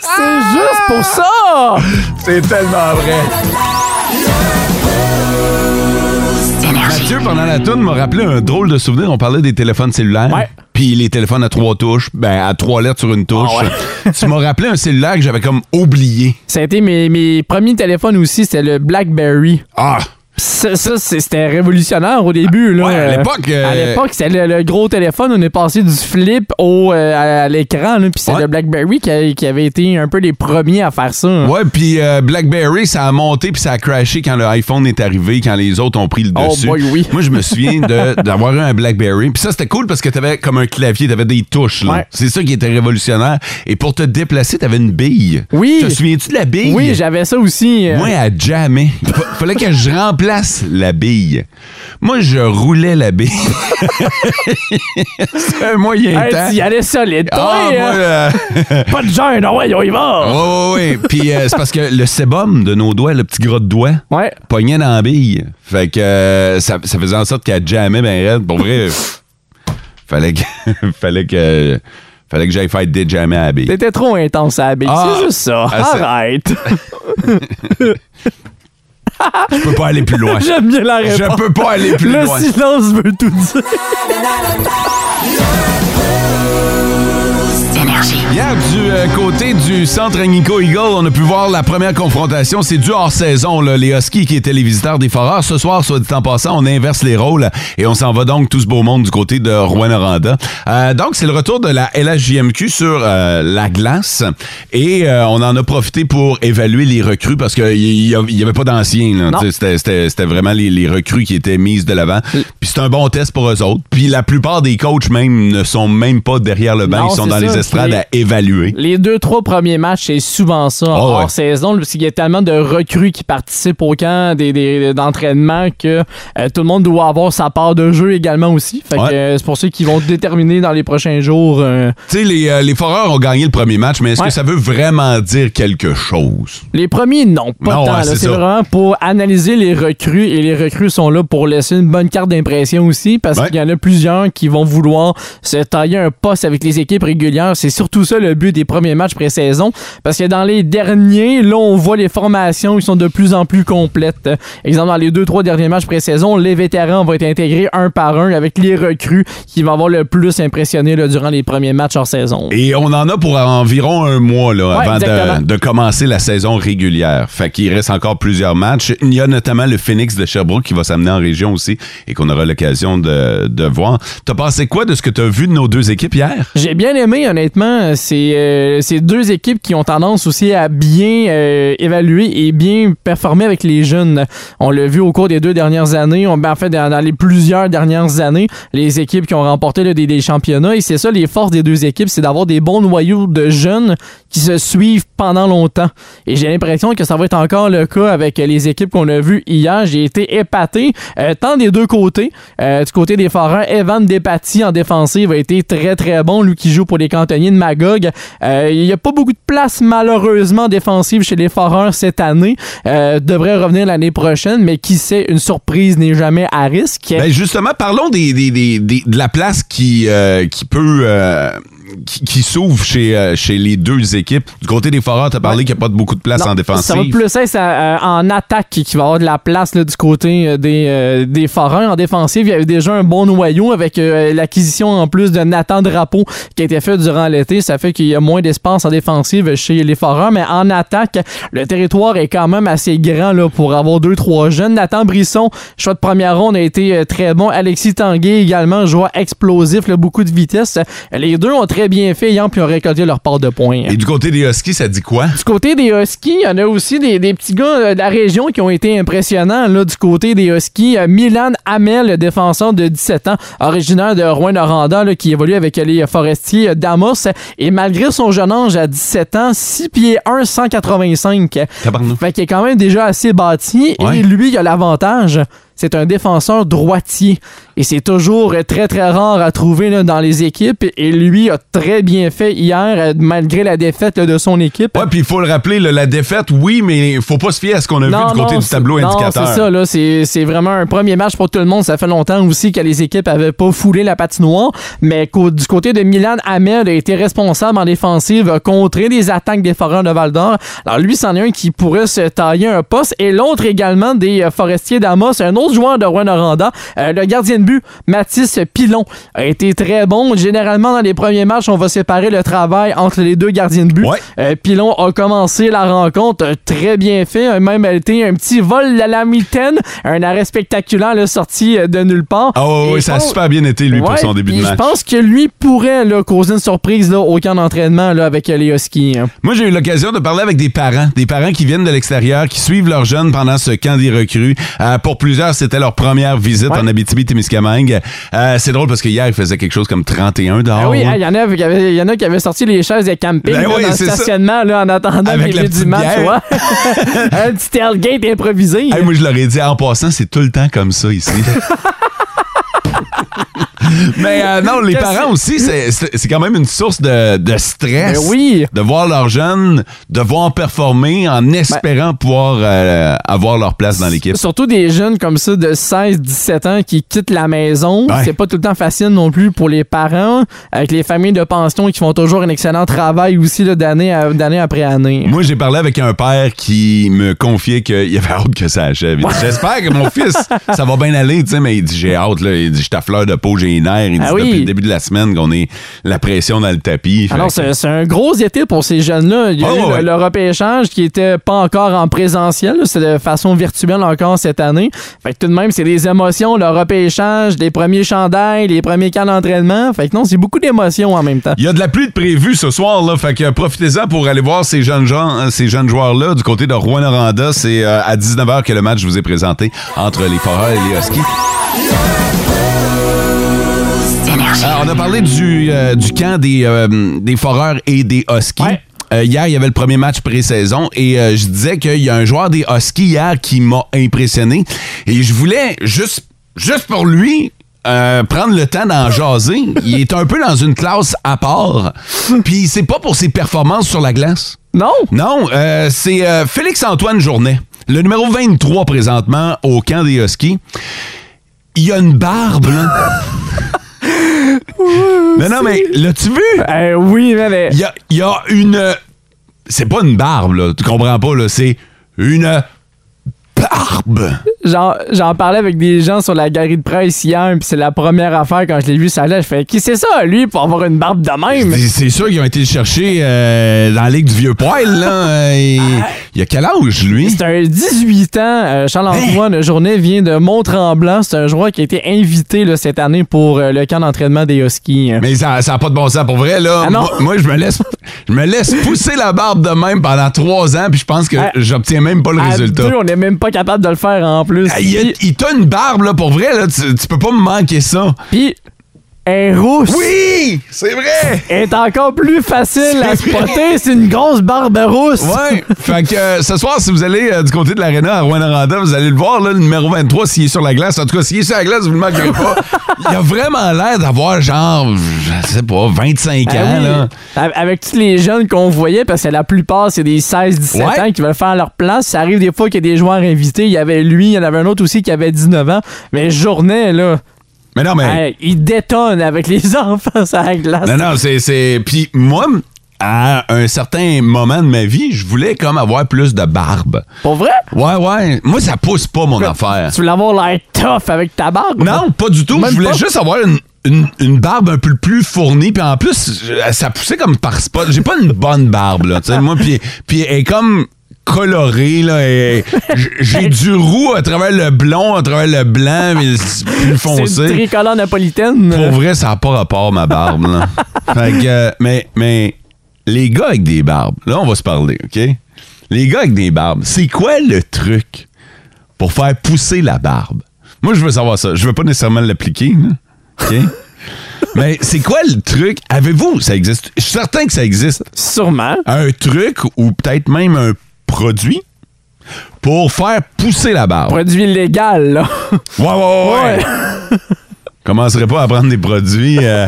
C: C'est juste pour ça!
B: C'est tellement vrai. Mathieu, pendant la toune, m'a rappelé un drôle de souvenir. On parlait des téléphones cellulaires.
C: Ouais.
B: Puis les téléphones à trois touches, ben à trois lettres sur une touche.
C: Ah
B: tu m'as rappelé un cellulaire que j'avais comme oublié.
C: Ça a été mes, mes premiers téléphones aussi, c'était le Blackberry.
B: Ah!
C: Ça, ça, c'est- c'était révolutionnaire au début. Là.
B: Ouais, à
C: Euh,
B: l'époque, euh,
C: À l'époque, c'était le, le gros téléphone. On est passé du flip au, euh, à, à l'écran. là, Puis c'est
B: Ouais.
C: le BlackBerry qui, a- qui avait été un peu les premiers à faire ça.
B: Ouais, puis euh, BlackBerry, ça a monté puis ça a crashé quand le iPhone est arrivé, quand les autres ont pris le
C: Oh
B: dessus.
C: boy, oui.
B: Moi, je me souviens de- d'avoir eu un BlackBerry. Puis ça, c'était cool parce que t'avais comme un clavier, t'avais des touches. là.
C: Ouais.
B: C'est ça qui était révolutionnaire. Et pour te déplacer, t'avais une bille.
C: Oui.
B: Te souviens-tu de la bille?
C: Oui, j'avais ça aussi. euh,
B: Moi, à jamais. Il fa- fallait que je remplace la bille. Moi, je roulais la bille. C'est un moyen
C: hey,
B: temps.
C: t'y allais solide.
B: Ah,
C: toi,
B: moi,
C: hein.
B: euh,
C: Pas de gêne. Ah ouais, on y va.
B: Oh, oui, oui. Puis euh, c'est parce que le sébum de nos doigts, le petit gras de doigt,
C: Ouais.
B: pognait dans la bille. Fait que euh, ça, ça faisait en sorte qu'elle jamais ben raide. Pour vrai, fallait que, fallait que, fallait que j'aille faire des jamais à la bille.
C: T'étais trop intense à la bille.
B: Ah.
C: c'est juste ça.
B: Ah, c'est-
C: Arrête.
B: Je peux pas aller plus loin.
C: J'aime bien la réponse.
B: Je peux pas aller plus
C: le
B: loin.
C: silence veut tout dire.
B: Hier, du euh, côté du centre Nico Eagle, on a pu voir la première confrontation. C'est du hors-saison, là. les Huskies qui étaient les visiteurs des Foreurs. Ce soir, soit dit en passant, on inverse les rôles et on s'en va donc tout ce beau monde du côté de Rouen-Oranda. Euh, donc, c'est le retour de la LHJMQ sur euh, la glace et euh, on en a profité pour évaluer les recrues parce qu'il n'y avait pas d'anciens. là.
C: Non.
B: Tu sais, c'était- C'était c'était vraiment les, les recrues qui étaient mises de l'avant. Puis c'est un bon test pour eux autres. Puis la plupart des coachs même ne sont même pas derrière le banc.
C: Non,
B: Ils sont
C: c'est
B: dans
C: ça,
B: les estrades
C: puis-
B: à évaluer.
C: Les deux, trois premiers matchs, c'est souvent ça en
B: Ah ouais.
C: hors saison, parce qu'il y a tellement de recrues qui participent au camp des, des- d'entraînement que euh, tout le monde doit avoir sa part de jeu également aussi. Fait que
B: Ouais.
C: euh, c'est pour ça qu'ils vont déterminer dans les prochains jours. euh,
B: Tu sais, les, euh, les Foreurs ont gagné le premier match, mais est-ce
C: Ouais.
B: que ça veut vraiment dire quelque chose?
C: les premiers, non, pas
B: Non,
C: tant.
B: ouais,
C: là.
B: c'est
C: c'est
B: ça.
C: vraiment pour analyser les recrues et les recrues sont là pour laisser une bonne carte d'impression aussi parce
B: Ouais.
C: qu'il y en a plusieurs qui vont vouloir se tailler un poste avec les équipes régulières. C'est surtout ça le but des premiers matchs pré-saison parce que dans les derniers, là, on voit les formations, ils sont de plus en plus complètes. Euh, Exemple, dans les deux, trois derniers matchs pré-saison, les vétérans vont être intégrés un par un avec les recrues qui vont avoir le plus impressionné là, durant les premiers matchs hors saison.
B: Et on en a pour environ un mois là,
C: Ouais,
B: avant
C: exactement.
B: de, de commencer la saison régulière. Fait qu'il reste encore plusieurs matchs. Il y a notamment le Phoenix de Sherbrooke qui va s'amener en région aussi et qu'on aura l'occasion de, de voir. T'as pensé quoi de ce que t'as vu de nos deux équipes hier?
C: J'ai bien aimé, honnêtement, ces, euh, ces deux équipes qui ont tendance aussi à bien euh, évaluer et bien performer avec les jeunes. On l'a vu au cours des deux dernières années, on, ben, en fait, dans, dans les plusieurs dernières années, les équipes qui ont remporté là, des, des championnats. Et c'est ça, les forces des deux équipes, c'est d'avoir des bons noyaux de jeunes qui se suivent pendant longtemps. Et j'ai l'impression que ça va être encore le cas avec euh, les équipes qu'on a vues hier. J'ai été épaté, euh, tant des deux côtés. Euh, du côté des Foreurs, Evan Depati en défensive a été très très bon, lui qui joue pour les cantonniers de Magog. Euh, Il n'y a pas beaucoup de place malheureusement défensive chez les Foreurs cette année. Euh, devrait revenir l'année prochaine, mais qui sait, une surprise n'est jamais à risque.
B: Ben justement, parlons des, des- des- des- de la place qui, euh, qui peut. euh, qui, qui s'ouvre chez, euh, chez les deux équipes. Du côté des Foreurs, t'as parlé qu'il n'y a pas de beaucoup de place
C: Non,
B: en défensive.
C: Ça va plus être euh, en attaque qui va avoir de la place là, du côté euh, des, euh, des forains. En défensive, il y avait déjà un bon noyau avec euh, l'acquisition en plus de Nathan Drapeau qui a été faite durant l'été. Ça fait qu'il y a moins d'espace en défensive chez les forains. Mais en attaque, le territoire est quand même assez grand là, pour avoir deux, trois jeunes. Nathan Brisson, choix de première ronde, a été euh, très bon. Alexis Tanguay également, joueur explosif, là, beaucoup de vitesse. Les deux ont très bien fait, ayant puis ont récolté leur part de points.
B: Et du côté des Huskies, ça dit quoi?
C: Du côté des Huskies, il y en a aussi des, des petits gars euh, de la région qui ont été impressionnants. Là, du côté des Huskies, Euh, Milan Hamel, le défenseur de 17 ans, originaire de Rouen-Noranda, là, qui évolue avec les forestiers euh, d'Amos. Et malgré son jeune âge à 17 ans, 6 pieds 1, 185.
B: Tabarnou.
C: Fait qu'il est quand même déjà assez bâti.
B: Ouais.
C: Et lui, il a l'avantage. c'est un défenseur droitier. Et c'est toujours euh, très, très rare à trouver là, dans les équipes. Et lui a très bien fait hier, euh, malgré la défaite là, de son équipe.
B: Ouais, puis il faut le rappeler, là, la défaite, oui, mais faut pas se fier à ce qu'on a vu du côté du
C: c'est-
B: tableau
C: non,
B: indicateur.
C: C'est ça, là. C'est, c'est vraiment un premier match pour tout le monde. Ça fait longtemps aussi que les équipes avaient pas foulé la patinoire. Mais qu'au- du côté de Milan, Ahmed a été responsable en défensive, a contré des attaques des Foreurs de Val d'Or. Alors lui, c'en est un qui pourrait se tailler un poste. Et l'autre également des euh, Forestiers d'Amos, un autre joueur de Rouen Noranda, euh, le gardien de but, Mathis Pilon, a été très bon. Généralement, dans les premiers matchs, on va séparer le travail entre les deux gardiens de but.
B: Ouais.
C: Euh, Pilon a commencé la rencontre euh, très bien fait, a même été un petit vol à la mitaine, un arrêt spectaculaire là, sorti euh, de nulle part.
B: Ah ouais,
C: Et
B: ouais, ça a
C: je pense-
B: super bien été, lui, pour
C: Ouais,
B: son début de
C: puis
B: match.
C: Je pense que lui pourrait là, causer une surprise là, au camp d'entraînement là, avec euh, Leoski. hein.
B: Moi, j'ai eu l'occasion de parler avec des parents, des parents qui viennent de l'extérieur, qui suivent leurs jeunes pendant ce camp des recrues. Euh, pour plusieurs, c'était leur première visite
C: Ouais.
B: en Abitibi-Témiscamingue. Euh, c'est drôle parce que hier, il faisait quelque chose comme 31 dehors.
C: Ah oui, il
B: hein.
C: y, en a qui avaient- y en a qui avaient sorti les chaises de camping
B: Ben
C: là,
B: oui,
C: dans le
B: c'est ça.
C: stationnement là, en attendant
B: Avec
C: le
B: la
C: début du
B: petite
C: match.
B: bière.
C: ouais. un petit tailgate improvisé.
B: Hey, moi, je leur ai dit, en passant, c'est tout le temps comme ça ici. Mais euh, non, les
C: Qu'est-ce
B: parents
C: que-
B: aussi, c'est- c'est c'est quand même une source de, de stress.
C: Ben oui.
B: De voir leurs jeunes devoir performer
C: Ben
B: en espérant pouvoir euh, avoir leur place dans l'équipe.
C: Surtout des jeunes comme ça de 16-17 ans qui quittent la maison.
B: Ouais.
C: C'est pas tout le temps facile non plus pour les parents, avec les familles de pension qui font toujours un excellent travail aussi là, d'année, à- d'année après année.
B: Moi, j'ai parlé avec un père qui me confiait qu'il avait hâte que ça achève. Il dit, J'espère que mon fils, ça va bien aller, tu sais, mais il dit, j'ai hâte, là. Il dit, je à fleur de peau, j'ai les nerfs. Il dit,
C: Ah oui.
B: depuis le début de la semaine qu'on est la pression dans le tapis. Fait
C: Alors,
B: que-
C: c'est, c'est un gros été pour ces jeunes-là. Il y a
B: Ah,
C: eu
B: ouais,
C: le-
B: ouais.
C: le, repêchage qui était pas encore en présentiel. là. C'est de façon virtuelle encore cette année. Fait que tout de même, c'est des émotions, le repêchage, les premiers chandails, les premiers camps d'entraînement. Fait que non, c'est beaucoup d'émotions en même temps.
B: Il y a de la pluie de prévue ce soir, là. Fait que euh, profitez-en pour aller voir ces jeunes gens, hein, ces jeunes joueurs-là du côté de Rouen Oranda. C'est euh, à 19h que le match vous est présenté entre les Foreurs et les Huskies. Ah, on a parlé du, euh, du camp des, euh, des Foreurs et des Huskies.
C: Ouais.
B: Euh, hier, il y avait le premier match pré-saison et euh, je disais qu'il y a un joueur des Huskies hier qui m'a impressionné et je voulais juste, juste pour lui. euh, prendre le temps d'en jaser. Il est un peu dans une classe à part. Puis c'est pas pour ses performances sur la glace.
C: Non?
B: Non, euh, c'est euh, Félix-Antoine Journet, le numéro 23 présentement au camp des Huskies. Il a une barbe, là. non, non, mais l'as-tu vu?
C: Eh oui, mais- mais...
B: Il y a, il y a une. C'est pas une barbe, là. Tu comprends pas, là. C'est une barbe.
C: J'en j'en parlais avec des gens sur la galerie de presse hier, puis c'est la première affaire quand je l'ai vu ça là, je fais qui c'est ça lui pour avoir une barbe de même.
B: C'est- C'est sûr qu'ils ont été le chercher euh, dans la Ligue du Vieux Poil, là. Euh, il- Il a quel âge, lui?
C: C'est un 18 ans, euh, Charles-Antoine Journet vient de Mont-Tremblant. C'est un joueur qui a été invité là, cette année pour euh, le camp d'entraînement des Huskies. hein.
B: Mais ça n'a pas de bon sens pour vrai, là.
C: Ah non?
B: moi, moi, je me laisse je me laisse pousser la barbe de même pendant trois ans, puis je pense que
C: Ah.
B: j'obtiens même pas le
C: À
B: résultat.
C: deux, on n'est même pas capable de le faire en plus.
B: Ah, Il, a- il t'a une barbe, là, pour vrai, là. Tu, tu peux pas me manquer ça.
C: Puis, un rouge
B: Oui! C'est vrai!
C: est encore plus facile à
B: C'est vrai.
C: spotter. C'est une grosse barbe rousse.
B: Ouais. fait que euh, ce soir, si vous allez euh, du côté de l'aréna à Rwanda, vous allez le voir, là, le numéro 23, s'il est sur la glace. En tout cas, s'il est sur la glace, vous ne le manquerez pas. Il a vraiment l'air d'avoir genre, je sais pas, 25 ans,
C: Ah oui.
B: là.
C: A- Avec tous les jeunes qu'on voyait, parce que la plupart, c'est des 16-17
B: Ouais.
C: ans qui veulent faire leur place. Ça arrive des fois qu'il y a des joueurs invités. Il y avait lui, il y en avait un autre aussi qui avait 19 ans. Mais Journée, là,
B: Mais non, mais.
C: hey, il détonne avec les enfants sur la glace.
B: Non, non, c'est. c'est- Puis moi, à un certain moment de ma vie, je voulais comme avoir plus de barbe.
C: Pour vrai?
B: Ouais, ouais. Moi, ça pousse pas mon affaire.
C: Tu voulais avoir l'air tough avec ta barbe?
B: Non, pas du tout.
C: Même
B: je voulais
C: pas.
B: juste avoir une, une, une barbe un peu plus fournie. Puis en plus, je- ça poussait comme par spot. J'ai pas une bonne barbe, là. Tu sais, moi, puis, puis elle est comme colorée, là. et j- J'ai du roux à travers le blond, à travers le blanc, mais c'est plus
C: C'est une
B: foncé.
C: tricolore napolitaine. euh,
B: Pour vrai, ça n'a pas rapport, ma barbe, là. fait que, euh, mais, mais, les gars avec des barbes, là, on va se parler, OK? Les gars avec des barbes, c'est quoi le truc pour faire pousser la barbe? Moi, je veux savoir ça. Je veux pas nécessairement l'appliquer, là, OK? mais c'est quoi le truc? Avez-vous, ça existe? Je suis certain que ça existe.
C: Sûrement.
B: Un truc ou peut-être même un produit pour faire pousser la barbe.
C: Produit légal, là.
B: Ouais, ouais, ouais. ouais. Commencerait pas à prendre des produits euh,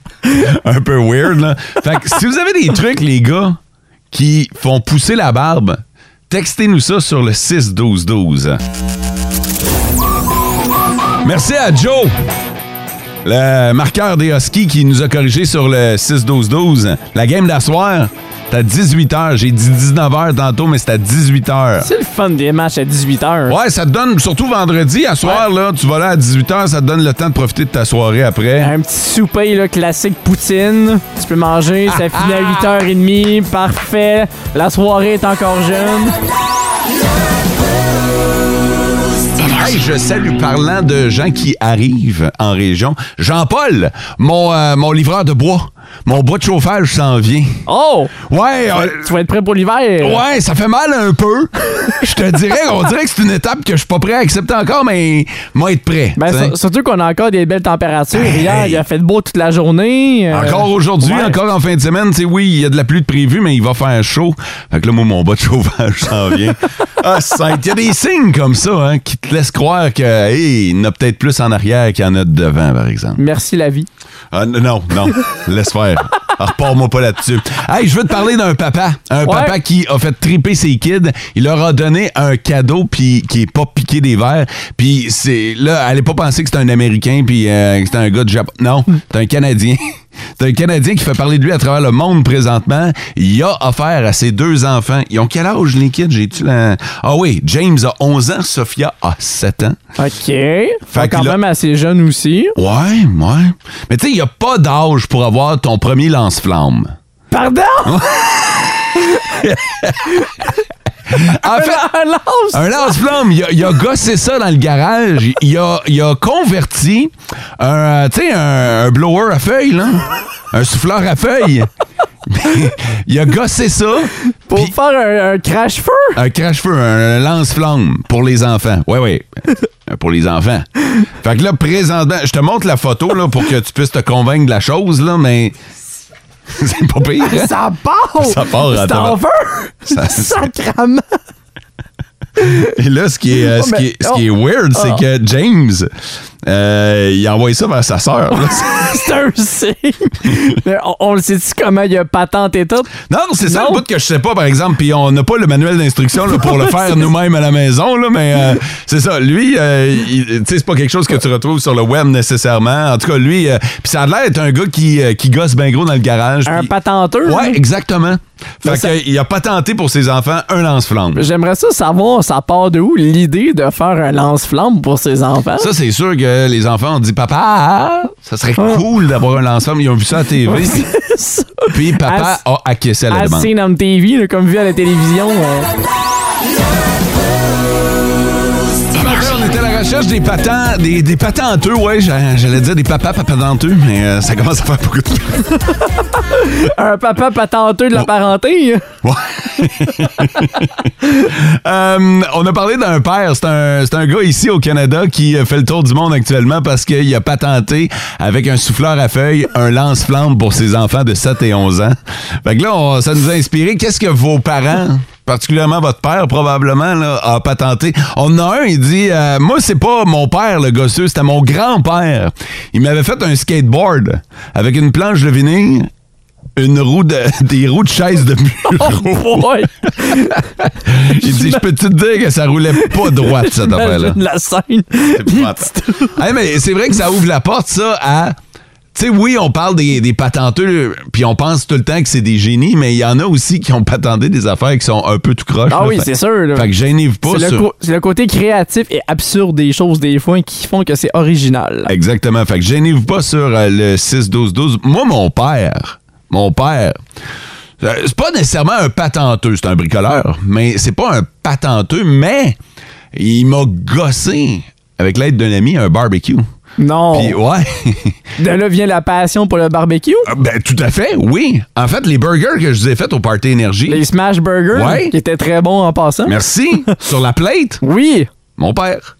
B: un peu weird, là. Fait que si vous avez des trucs, les gars, qui font pousser la barbe, textez-nous ça sur le 6-12-12. Merci à Joe, le marqueur des Huskies qui nous a corrigé sur le 6-12-12. La game d'asseoir, c'est à 18h. J'ai dit 19h tantôt, mais c'est à 18h.
C: C'est le fun des matchs à 18h.
B: Ouais, ça te donne, surtout vendredi, à soir, là, tu vas là à 18h, ça te donne le temps de profiter de ta soirée après.
C: Un petit souper là, classique poutine. Tu peux manger,
B: Ah,
C: ça finit à 8h30. Parfait. La soirée est encore jeune.
B: Hey, je salue parlant de gens qui arrivent en région. Jean-Paul, mon, euh, mon livreur de bois, mon bois de chauffage s'en vient.
C: Oh!
B: Ouais, euh,
C: Tu vas être prêt pour l'hiver.
B: ouais, ça fait mal un peu. Je te dirais, on dirait que c'est une étape que je suis pas prêt à accepter encore, mais moi être prêt.
C: Ben,
B: tu sais.
C: sur- surtout qu'on a encore des belles températures. Hier, il a fait beau toute la journée. Euh,
B: Encore aujourd'hui,
C: ouais.
B: encore en fin de semaine, tu sais, oui, il y a de la pluie de prévue, mais il va faire chaud. Fait que là, moi, mon bas de chauffage s'en vient. ah, sainte, il y a des signes comme ça, hein, qui te laissent croire que, hey, il y en a peut-être plus en arrière qu'il y en a de devant, par exemple.
C: Merci la vie.
B: Ah, n- non, non, laisse faire. Ah, Repars-moi pas là-dessus. Hey, je veux te parler d'un papa. Un papa qui a fait triper ses kids. Il leur a donné un cadeau puis qui est pas piqué des verres. Puis c'est là, allez pas penser que c'est un Américain puis euh, que c'est un gars de Japon. Non, c'est un Canadien. C'est un Canadien qui fait parler de lui à travers le monde présentement. Il a offert à ses deux enfants. Ils ont quel âge les kids? J'ai-tu la... Ah oui, James a 11 ans, Sophia a 7 ans.
C: OK. Fait quand
B: qu'il a-
C: même assez jeune aussi.
B: Ouais, ouais. Mais tu sais, il n'y a pas d'âge pour avoir ton premier lance-flamme.
C: Pardon?
B: En fait,
C: Un lance!
B: un lance-flamme, il a, il a gossé ça dans le garage. Il a, il a converti un, euh, tu sais, un, un blower à feuilles, là. Un souffleur à feuilles. il a gossé ça.
C: Pour
B: puis-
C: faire un, un crash-feu?
B: Un crache-feu, un lance-flamme pour les enfants. Ouais, ouais. Euh, Pour les enfants. Fait que là, présentement, je te montre la photo là, pour que tu puisses te convaincre de la chose, là, mais c'est pas pire. hein?
C: Ça part!
B: Ça part en
C: C'est
B: tabac.
C: en feu!
B: Ça-
C: Sacrament!
B: Et là, ce qui est, euh,
C: Oh, Ah.
B: ce qui
C: mais-
B: est, ce qui est weird, c'est que James, euh, il a envoyé ça vers sa sœur. là.
C: C'est un signe! Mais on, on le sait-tu comment il a patenté tout?
B: Non, c'est ça
C: Non.
B: le bout que je sais pas, par exemple. Puis on n'a pas le manuel d'instruction là, pour le faire nous-mêmes à la maison, là, mais euh, c'est ça. Lui, euh, il- tu sais, c'est pas quelque chose que tu retrouves sur le web nécessairement. En tout cas, lui, euh, puis ça a l'air d'être un gars qui, euh, qui gosse bien gros dans le garage.
C: Un hein?
B: puis-
C: patenteur?
B: Ouais,
C: là.
B: exactement.
C: Mais
B: Fait
C: ça-
B: qu'il a patenté pour ses enfants un lance-flamme.
C: J'aimerais ça savoir, ça part de où l'idée de faire un lance-flamme pour ses enfants?
B: Ça, c'est sûr que les enfants ont dit Papa, ça serait cool d'avoir un lance-flamme. Ils ont vu ça à la TV. Puis papa
C: As-
B: a acquiescé à la
C: As
B: demande.
C: seen on TV, là, comme vu à la télévision. euh.
B: On était à la recherche des patents, des, des patenteux, ouais, j'a- j'allais dire des papas papatenteux, mais euh, ça commence à faire beaucoup de
C: un papa patenteux
B: Oh.
C: de la parenté. hein?
B: Euh, on a parlé d'un père, c'est un, c'est un gars ici au Canada qui euh, fait le tour du monde actuellement parce qu'il a patenté avec un souffleur à feuilles un lance-flamme pour ses enfants de 7 et 11 ans. Fait que là, on- ça nous a inspiré. Qu'est-ce que vos parents, particulièrement votre père probablement, là, a patenté? On en a un, il dit, euh, moi c'est pas mon père le gosseux, c'était mon grand-père. Il m'avait fait un skateboard avec une planche de vinyle, une roue de, des roues de chaise de
C: Oh,
B: bureau.
C: Ouais.
B: Il dit, je peux te dire que ça roulait pas droite, cette affaire-là.
C: Imagine la scène.
B: Hey, mais c'est vrai que ça ouvre la porte, ça, à. Tu sais, oui, on parle des, des patenteux, puis on pense tout le temps que c'est des génies, mais il y en a aussi qui ont patenté des affaires qui sont un peu tout croche.
C: Ah
B: là.
C: oui,
B: Fait-
C: c'est sûr, là.
B: Fait que gênez-vous pas.
C: C'est le,
B: sur-
C: co- c'est le côté créatif et absurde des choses des fois qui font que c'est original.
B: Exactement. Fait que gênez-vous pas sur euh, le 6-12-12. Moi, mon père, mon père, euh, c'est pas nécessairement un patenteux, c'est un bricoleur, mais c'est pas un patenteux, mais il m'a gossé avec l'aide d'un ami un barbecue.
C: Non.
B: Puis oh. ouais,
C: De là vient la passion pour le barbecue.
B: Ah, ben tout à fait, oui. En fait, les burgers que je vous ai faits au Party Énergie,
C: Les smash burgers
B: Ouais.
C: qui étaient très bons en passant.
B: merci, sur la plate,
C: Oui.
B: mon père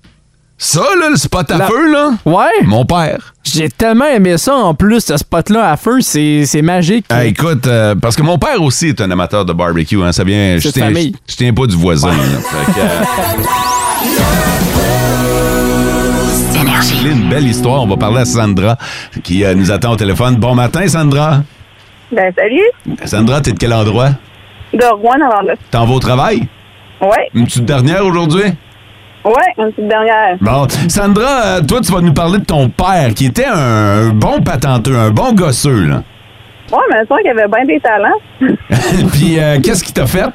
B: Ça, là, le spot à
C: La-
B: feu, là,
C: Ouais,
B: mon père.
C: j'ai tellement aimé ça en plus, ce spot-là à feu, c'est c'est magique.
B: Ah, écoute, euh, parce que mon père aussi est un amateur de barbecue, hein, ça vient. Je
C: C'est de
B: tiens, je
C: famille.
B: je tiens pas du voisin. là. Fait que, euh, J'ai une belle histoire. On va parler à Sandra qui euh, nous attend au téléphone. Bon matin, Sandra.
I: Ben, salut.
B: Sandra, t'es de quel endroit?
I: De Rouen, Navarre.
B: T'en vas au travail?
I: Ouais,
B: Une petite dernière aujourd'hui?
I: ouais, une petite dernière.
B: Bon, Sandra, euh, toi, tu vas nous parler de ton père, qui était un bon patenteux, un bon gosseux, là.
I: Ouais, mais c'est sûr qu'il avait bien des talents.
B: Puis, euh, qu'est-ce qu'il t'a fait?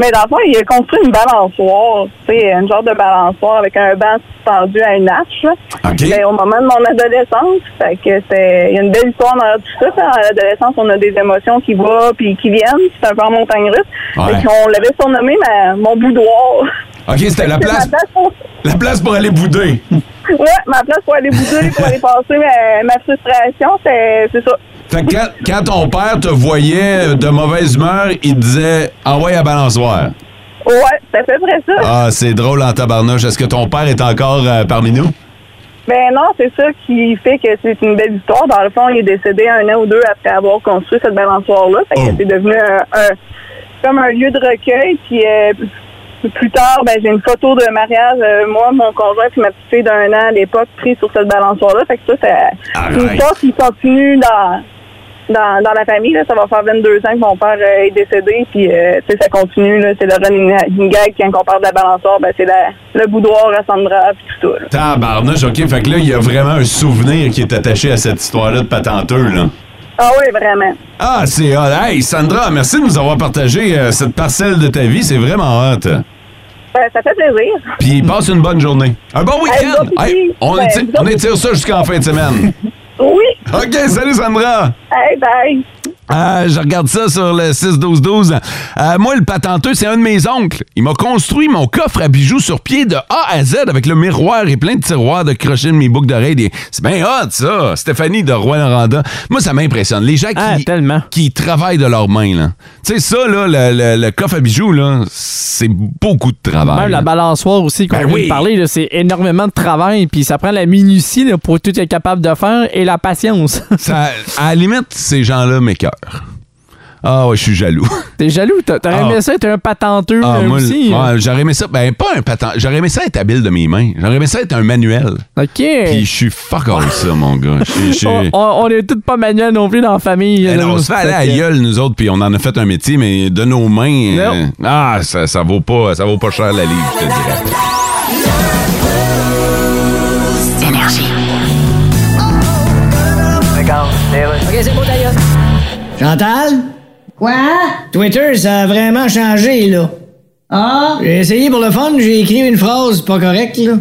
I: Mais dans le fond, il a construit une balançoire, tu sais, une genre de balançoire avec un banc suspendu à une hache. là.
B: OK.
I: Ben, au moment de mon adolescence, fait que c'est il y a une belle histoire dans tout ça. À l'adolescence, on a des émotions qui vont puis qui viennent. C'est un peu en montagne russe.
B: Ouais.
I: Fait qu'on l'avait surnommé ma- mon boudoir.
B: OK, c'était la
I: C'est
B: place,
I: ma place pour,
B: la place pour aller bouder.
I: ouais, ma place pour aller bouder, pour aller passer ma, ma frustration, c'est c'est ça.
B: Fait que quand, quand ton père te voyait de mauvaise humeur, il te disait Envoie à balançoire.
I: Ouais, c'est à peu près ça.
B: Ah, c'est drôle en tabarnouche. Est-ce que ton père est encore euh, parmi nous?
I: Ben non, c'est ça qui fait que c'est une belle histoire. Dans le fond, il est décédé un an ou deux après avoir construit cette balançoire-là. Fait que
B: Oh.
I: c'est devenu un, un- comme un lieu de recueil. Puis euh, plus tard, ben, j'ai une photo de mariage, euh, moi, mon conjoint puis ma petite fille d'un an à l'époque, prise sur cette balançoire-là. Fait que ça, c'est une
B: Arrête.
I: histoire qui continue dans, dans, dans la famille. Là. Ça va faire 22 ans que mon père euh, est décédé. Puis euh, tu sais, ça continue. là. C'est le running gag. Quand on parle de la balançoire, ben, c'est la- le boudoir à Sandra puis tout ça. là.
B: Tabarnouche, OK. Fait que là, il y a vraiment un souvenir qui est attaché à cette histoire-là de patenteux, là.
I: Ah oui, vraiment.
B: Ah, c'est hot. Hey, Sandra, merci de nous avoir partagé euh, cette parcelle de ta vie. C'est vraiment hot.
I: Ben, ça fait plaisir.
B: Puis passe une bonne journée. Un bon week-end.
I: Hey, bon
B: Hey,
I: week-end.
B: on,
I: Ben,
B: étire,
I: vous autres-
B: on étire ça jusqu'en fin de semaine.
I: Oui.
B: OK, salut Sandra.
I: Hey, bye.
B: Ah, je regarde ça sur le 6-12-12. Euh, moi, le patenteux, c'est un de mes oncles. Il m'a construit mon coffre à bijoux sur pied de A à Z avec le miroir et plein de tiroirs de crochets de mes boucles d'oreilles. Des- C'est bien hot, ça. Stéphanie de Rouen-Noranda. Moi, ça m'impressionne. Les gens qui,
C: Ah, tellement.
B: qui travaillent de leurs mains, là. Tu sais, ça, là, le, le- le coffre à bijoux, là, c'est beaucoup de travail.
C: Même
B: là.
C: la balançoire aussi qu'on
B: Ben
C: vient de
B: oui.
C: parler, là, c'est énormément de travail, puis ça prend la minutie là, pour tout être capable de faire et la patience.
B: Ça- à la limite, ces gens-là m'écœurent. Ah ouais, je suis jaloux.
C: T'es jaloux, t'as- t'aurais
B: Ah.
C: aimé ça être un patenteux
B: Ah,
C: là,
B: moi,
C: Euh, aussi.
B: ouais, j'aurais aimé ça. Ben, pas un patent. J'aurais aimé ça être habile de mes mains. J'aurais aimé ça être un manuel.
C: OK.
B: Puis je suis fuck all ça, mon gars. Je suis- je suis-
C: On, on- on est tous pas manuels non plus dans la famille.
B: Ben
C: là.
B: non, on se fait aller à
C: Fait
B: la
C: que-
B: gueule, nous autres, puis on en a fait un métier, mais de nos mains,
C: Non.
B: euh, ah, ça, ça vaut pas, ça vaut pas cher la livre, je te dirais.
E: Chantal?
F: Quoi?
E: Twitter, ça a vraiment changé, là.
F: Ah?
E: J'ai essayé pour le fun, j'ai écrit une phrase pas correcte, là.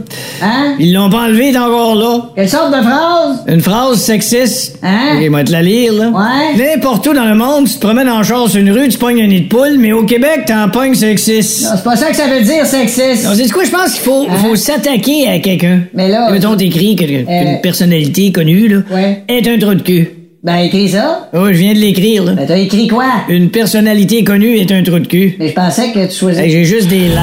F: Hein?
E: Ils l'ont pas enlevée, elle est encore là.
F: Quelle sorte de phrase?
E: Une phrase sexiste.
F: Hein?
E: Ok, moi, te la lire, là.
F: Ouais.
E: N'importe où dans le monde, tu te promènes en char sur une rue, tu pognes un nid de poule, mais au Québec, t'en pognes sexiste.
F: Non, C'est pas ça que ça veut dire, sexiste.
E: Alors, c'est quoi, je pense qu'il faut,
F: Hein?
E: faut s'attaquer à quelqu'un.
F: Mais là-
E: Mettons, t'écris que- qu'une
F: Euh.
E: personnalité connue, là,
F: Ouais.
E: est un trou de cul.
F: Ben, écris ça.
E: Oh, je viens de l'écrire, là.
F: Ben, t'as écrit quoi?
E: Une personnalité connue est un trou de cul.
F: Mais je pensais que tu
E: Fait que
F: choisissais.
E: J'ai juste des likes.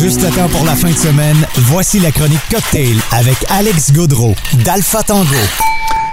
J: Juste à temps pour la fin de semaine, voici la chronique Cocktail avec Alex Gaudreau d'Alpha Tango.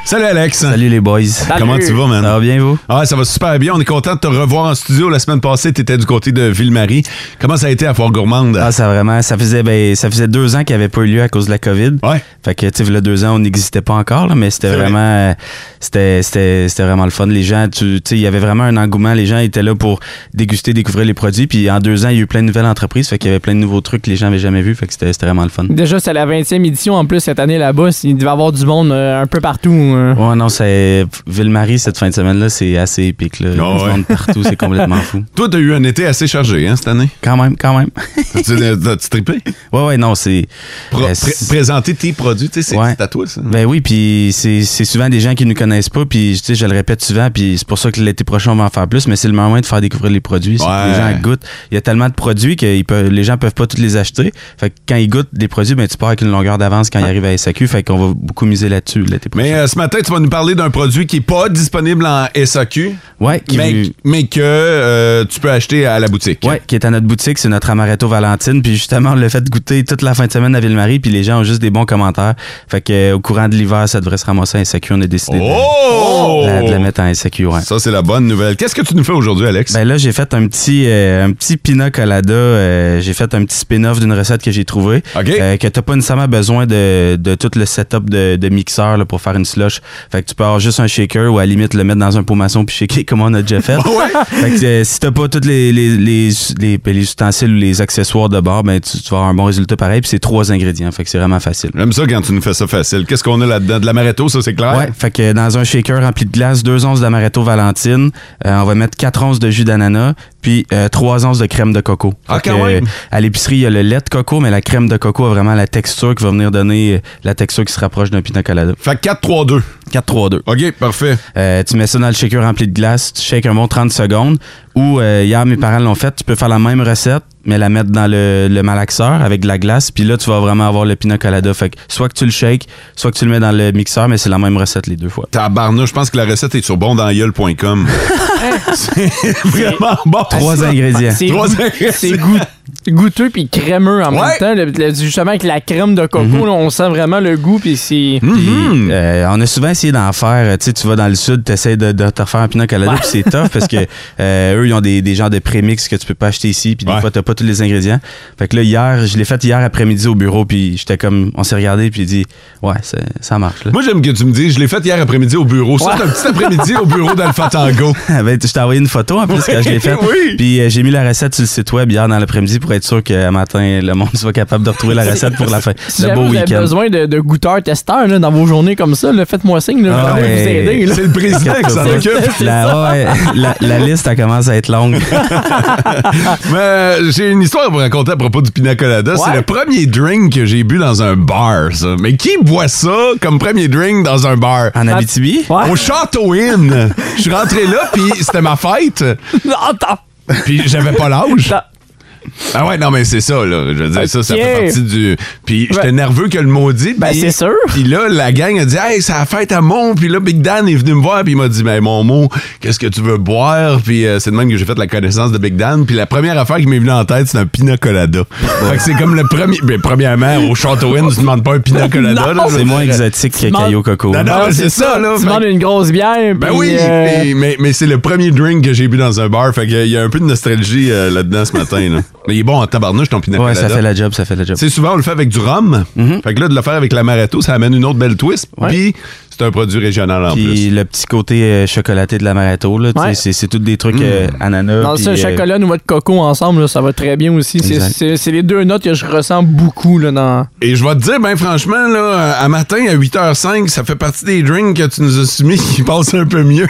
B: Salut Alex.
K: Salut les boys.
B: Comment tu vas, man?
K: Ça va bien, vous?
B: Ah, ça va super bien. On est content de te revoir en studio. La semaine passée, tu étais du côté de Ville-Marie. Comment ça a été à Foire Gourmande?
K: Ah, ça vraiment, ça faisait, ben, ça faisait deux ans qu'il n'y avait pas eu lieu à cause de la COVID.
B: Ouais.
K: Fait que, tu sais, le deux ans, on n'existait pas encore, là, mais c'était
B: C'est vrai.
K: vraiment, euh, c'était, c'était, c'était vraiment le fun. Les gens, tu tu sais, il y avait vraiment un engouement. Les gens étaient là pour déguster, découvrir les produits. Puis en deux ans, il y a eu plein de nouvelles entreprises. Fait qu'il y avait plein de nouveaux trucs que les gens n'avaient jamais vus. Fait que c'était, c'était vraiment le fun.
C: Déjà, c'est la 20e édition en plus cette année là-bas. Il devait y avoir du monde euh, un peu partout. euh.
K: Ouais, non, c'est, Ville-Marie, cette fin de semaine-là, c'est assez épique, là.
B: Ah
K: Du
B: ouais.
K: monde partout, c'est complètement fou.
B: Toi, t'as eu un été assez chargé, hein, cette année?
K: Quand même, quand même.
B: T'as-tu t'as-tu trippé?
K: Ouais, ouais, non, c'est,
B: Pro-
K: euh,
B: pré-
K: c'est-
B: présenter tes produits, tu sais, c'est
K: Ouais.
B: c'est à toi, ça.
K: Ben oui, puis c'est c'est souvent des gens qui nous connaissent pas, puis tu sais, je le répète souvent, puis c'est pour ça que l'été prochain, on va en faire plus, mais c'est le moment de faire découvrir les produits. c'est que
B: Ouais.
K: Les gens goûtent. Il y a tellement de produits que ils peuvent- les gens peuvent pas tous les acheter. Fait que quand ils goûtent des produits, ben tu pars avec une longueur d'avance quand ils arrivent à SAQ, fait qu'on va beaucoup miser là-dessus l'été prochain.
B: Ah. Mais euh, ce matin, tu vas nous parler d'un produit qui n'est pas disponible en SAQ.
K: Ouais, qui-
B: euh, mais, mais que euh, tu peux acheter à la boutique.
K: Ouais, qui est à notre boutique, c'est notre amaretto Valentine. Puis justement, on l'a fait goûter toute la fin de semaine à Ville-Marie, puis les gens ont juste des bons commentaires. Fait que euh, au courant de l'hiver, ça devrait se ramasser en SAQ. On a décidé de-
B: Oh!
K: de, la, de la mettre en SAQ. Ouais.
B: Ça, c'est la bonne nouvelle. Qu'est-ce que tu nous fais aujourd'hui, Alex?
K: Ben là, j'ai fait un petit, euh, un petit pina colada. euh, j'ai fait un petit spin-off d'une recette que j'ai trouvée. euh, que t'as pas nécessairement besoin de, de tout le setup de, de mixeur là, pour faire une slush. Fait que tu peux avoir juste un shaker ou à la limite le mettre dans un pot maçon puis shaker comme on a déjà fait. Fait que euh, si t'as pas tous les, les, les, les, ben, les ustensiles ou les accessoires de bord, ben tu, tu vas avoir un bon résultat pareil. Puis c'est trois ingrédients. Fait que c'est vraiment facile.
B: J'aime ça quand tu nous fais ça facile. Qu'est-ce qu'on a là-dedans? De l'amaretto, ça, c'est clair?
K: Ouais, fait que dans un shaker rempli de glace, 2 onces d'amaretto Valentine, euh, on va mettre 4 onces de jus d'ananas, puis 3 onces de crème de coco.
B: Ah,
K: Fait
B: quand
K: que,
B: même!
K: euh, À l'épicerie, il y a le lait de coco, mais la crème de coco a vraiment la texture qui va venir donner euh, la texture qui se rapproche d'un pina colada.
B: Fait que 4-3-2.
K: 4-3-2.
B: OK, parfait.
K: tu mets ça dans le shaker rempli de glace, tu shakes un bon 30 secondes, ou euh, hier, mes parents l'ont fait, tu peux faire la même recette, mais la mettre dans le, le malaxeur avec de la glace, puis là, tu vas vraiment avoir le pina colada. Fait que soit que tu le shakes, soit que tu le mets dans le mixeur, mais c'est la même recette les deux fois.
B: Tabarnouche, je pense que la recette est sur bondangueule.com. Vraiment bon.
K: Trois ingrédients.
C: C'est
B: Trois
C: goût-
B: ingrédients.
C: c'est goût- goûteux puis crémeux en
B: Ouais.
C: même temps. Le- le- justement, avec la crème de coco,
K: Mhm.
C: là, on sent vraiment le goût. Puis c'est.
K: Puis, euh, on a souvent essayé d'en faire. euh, Tu sais, tu vas dans le sud, tu essaies de, de te refaire un pinot colada,
C: Ouais.
K: puis c'est tough parce que euh, eux, ils ont des, des genres de prémix que tu peux pas acheter ici, puis des fois, t'as pas tous les ingrédients. Fait que là, hier, je l'ai fait hier après-midi au bureau, puis j'étais comme, on s'est regardé, puis j'ai dit, ouais, ça, ça marche. Là.
B: Moi, j'aime que tu me dises, je l'ai fait hier après-midi au bureau. Ça, c'est un petit après-midi au bureau d'Alpha Tango.
K: ben, je t'ai envoyé une photo en plus quand je l'ai faite.
B: Oui.
K: Puis euh, j'ai mis la recette sur le site web hier dans l'après-midi pour être sûr qu'à matin, le monde soit capable de retrouver la recette pour la fin.
C: Si
K: Le
C: jamais
K: beau
C: vous avez
K: week-end.
C: besoin de, de goûteurs-testeurs là, dans vos journées comme ça, là, faites-moi signe. Là,
K: Ah
C: je vais
K: ouais.
C: vous aider. là.
B: C'est le président qui s'en occupe.
K: La, ouais, la- la liste, elle commence à être longue.
B: Mais euh, j'ai une histoire à vous raconter à propos du pina colada. C'est
K: Ouais.
B: le premier drink que j'ai bu dans un bar, ça. Mais qui boit ça comme premier drink dans un bar?
C: Ah,
K: En Abitibi?
B: Au Château Inn. Je suis rentré là, puis c'était ma fête. Puis j'avais pas l'âge. Ah ouais, non, mais c'est ça, là. Je veux dire, ça, ça
C: Ok.
B: fait partie du... Puis j'étais
C: Ben-
B: nerveux que le maudit.
C: Ben,
B: puis-
C: c'est sûr.
B: Puis là, la gang a dit, hey, c'est la fête à Mont. Puis là, Big Dan est venu me voir, puis il m'a dit, ben, mon mot, qu'est-ce que tu veux boire? Puis euh, c'est de même que j'ai fait la connaissance de Big Dan. Puis la première affaire qui m'est venue en tête, c'est un pina colada. fait que c'est comme le premier. Ben, premièrement, au Château Inn, tu demandes pas un pina colada. là, je veux
K: C'est moins
B: dire.
K: exotique que
B: demandes-
K: Caillou Coco.
B: Non, non,
C: Ah,
B: mais c'est ça, là.
C: Tu
B: Fait-
C: demandes une grosse bière.
B: ben
C: puis,
B: oui,
C: euh,
B: mais, mais- mais c'est le premier drink que j'ai bu dans un bar. Fait qu'il y a un peu de nostalgie euh, là-dedans ce matin. là. Mais il est bon en tabarnouche, ton pina
K: Ouais,
B: colada.
K: ça fait la Mhm. job, ça fait la job.
B: Tu sais, souvent, on le fait avec du rhum. Fait que là, de le faire avec l'amaretto, ça amène une autre belle twist. Puis, c'est un produit régional en plus.
K: Puis le petit côté euh, chocolaté de l'amaretto, là, tu sais,
C: Ouais.
K: c'est, c'est tous des
B: Mm.
K: trucs euh, ananas.
C: Dans
K: puis,
C: le
K: euh,
C: chocolat, noix de coco ensemble, là, ça va très bien aussi. C'est-
K: Exact.
C: C'est c'est les deux notes que je ressens beaucoup là, dans.
B: Et je vais te dire, ben franchement, là, à matin, à 8h05, ça fait partie des drinks que tu nous as soumis qui passent un peu mieux.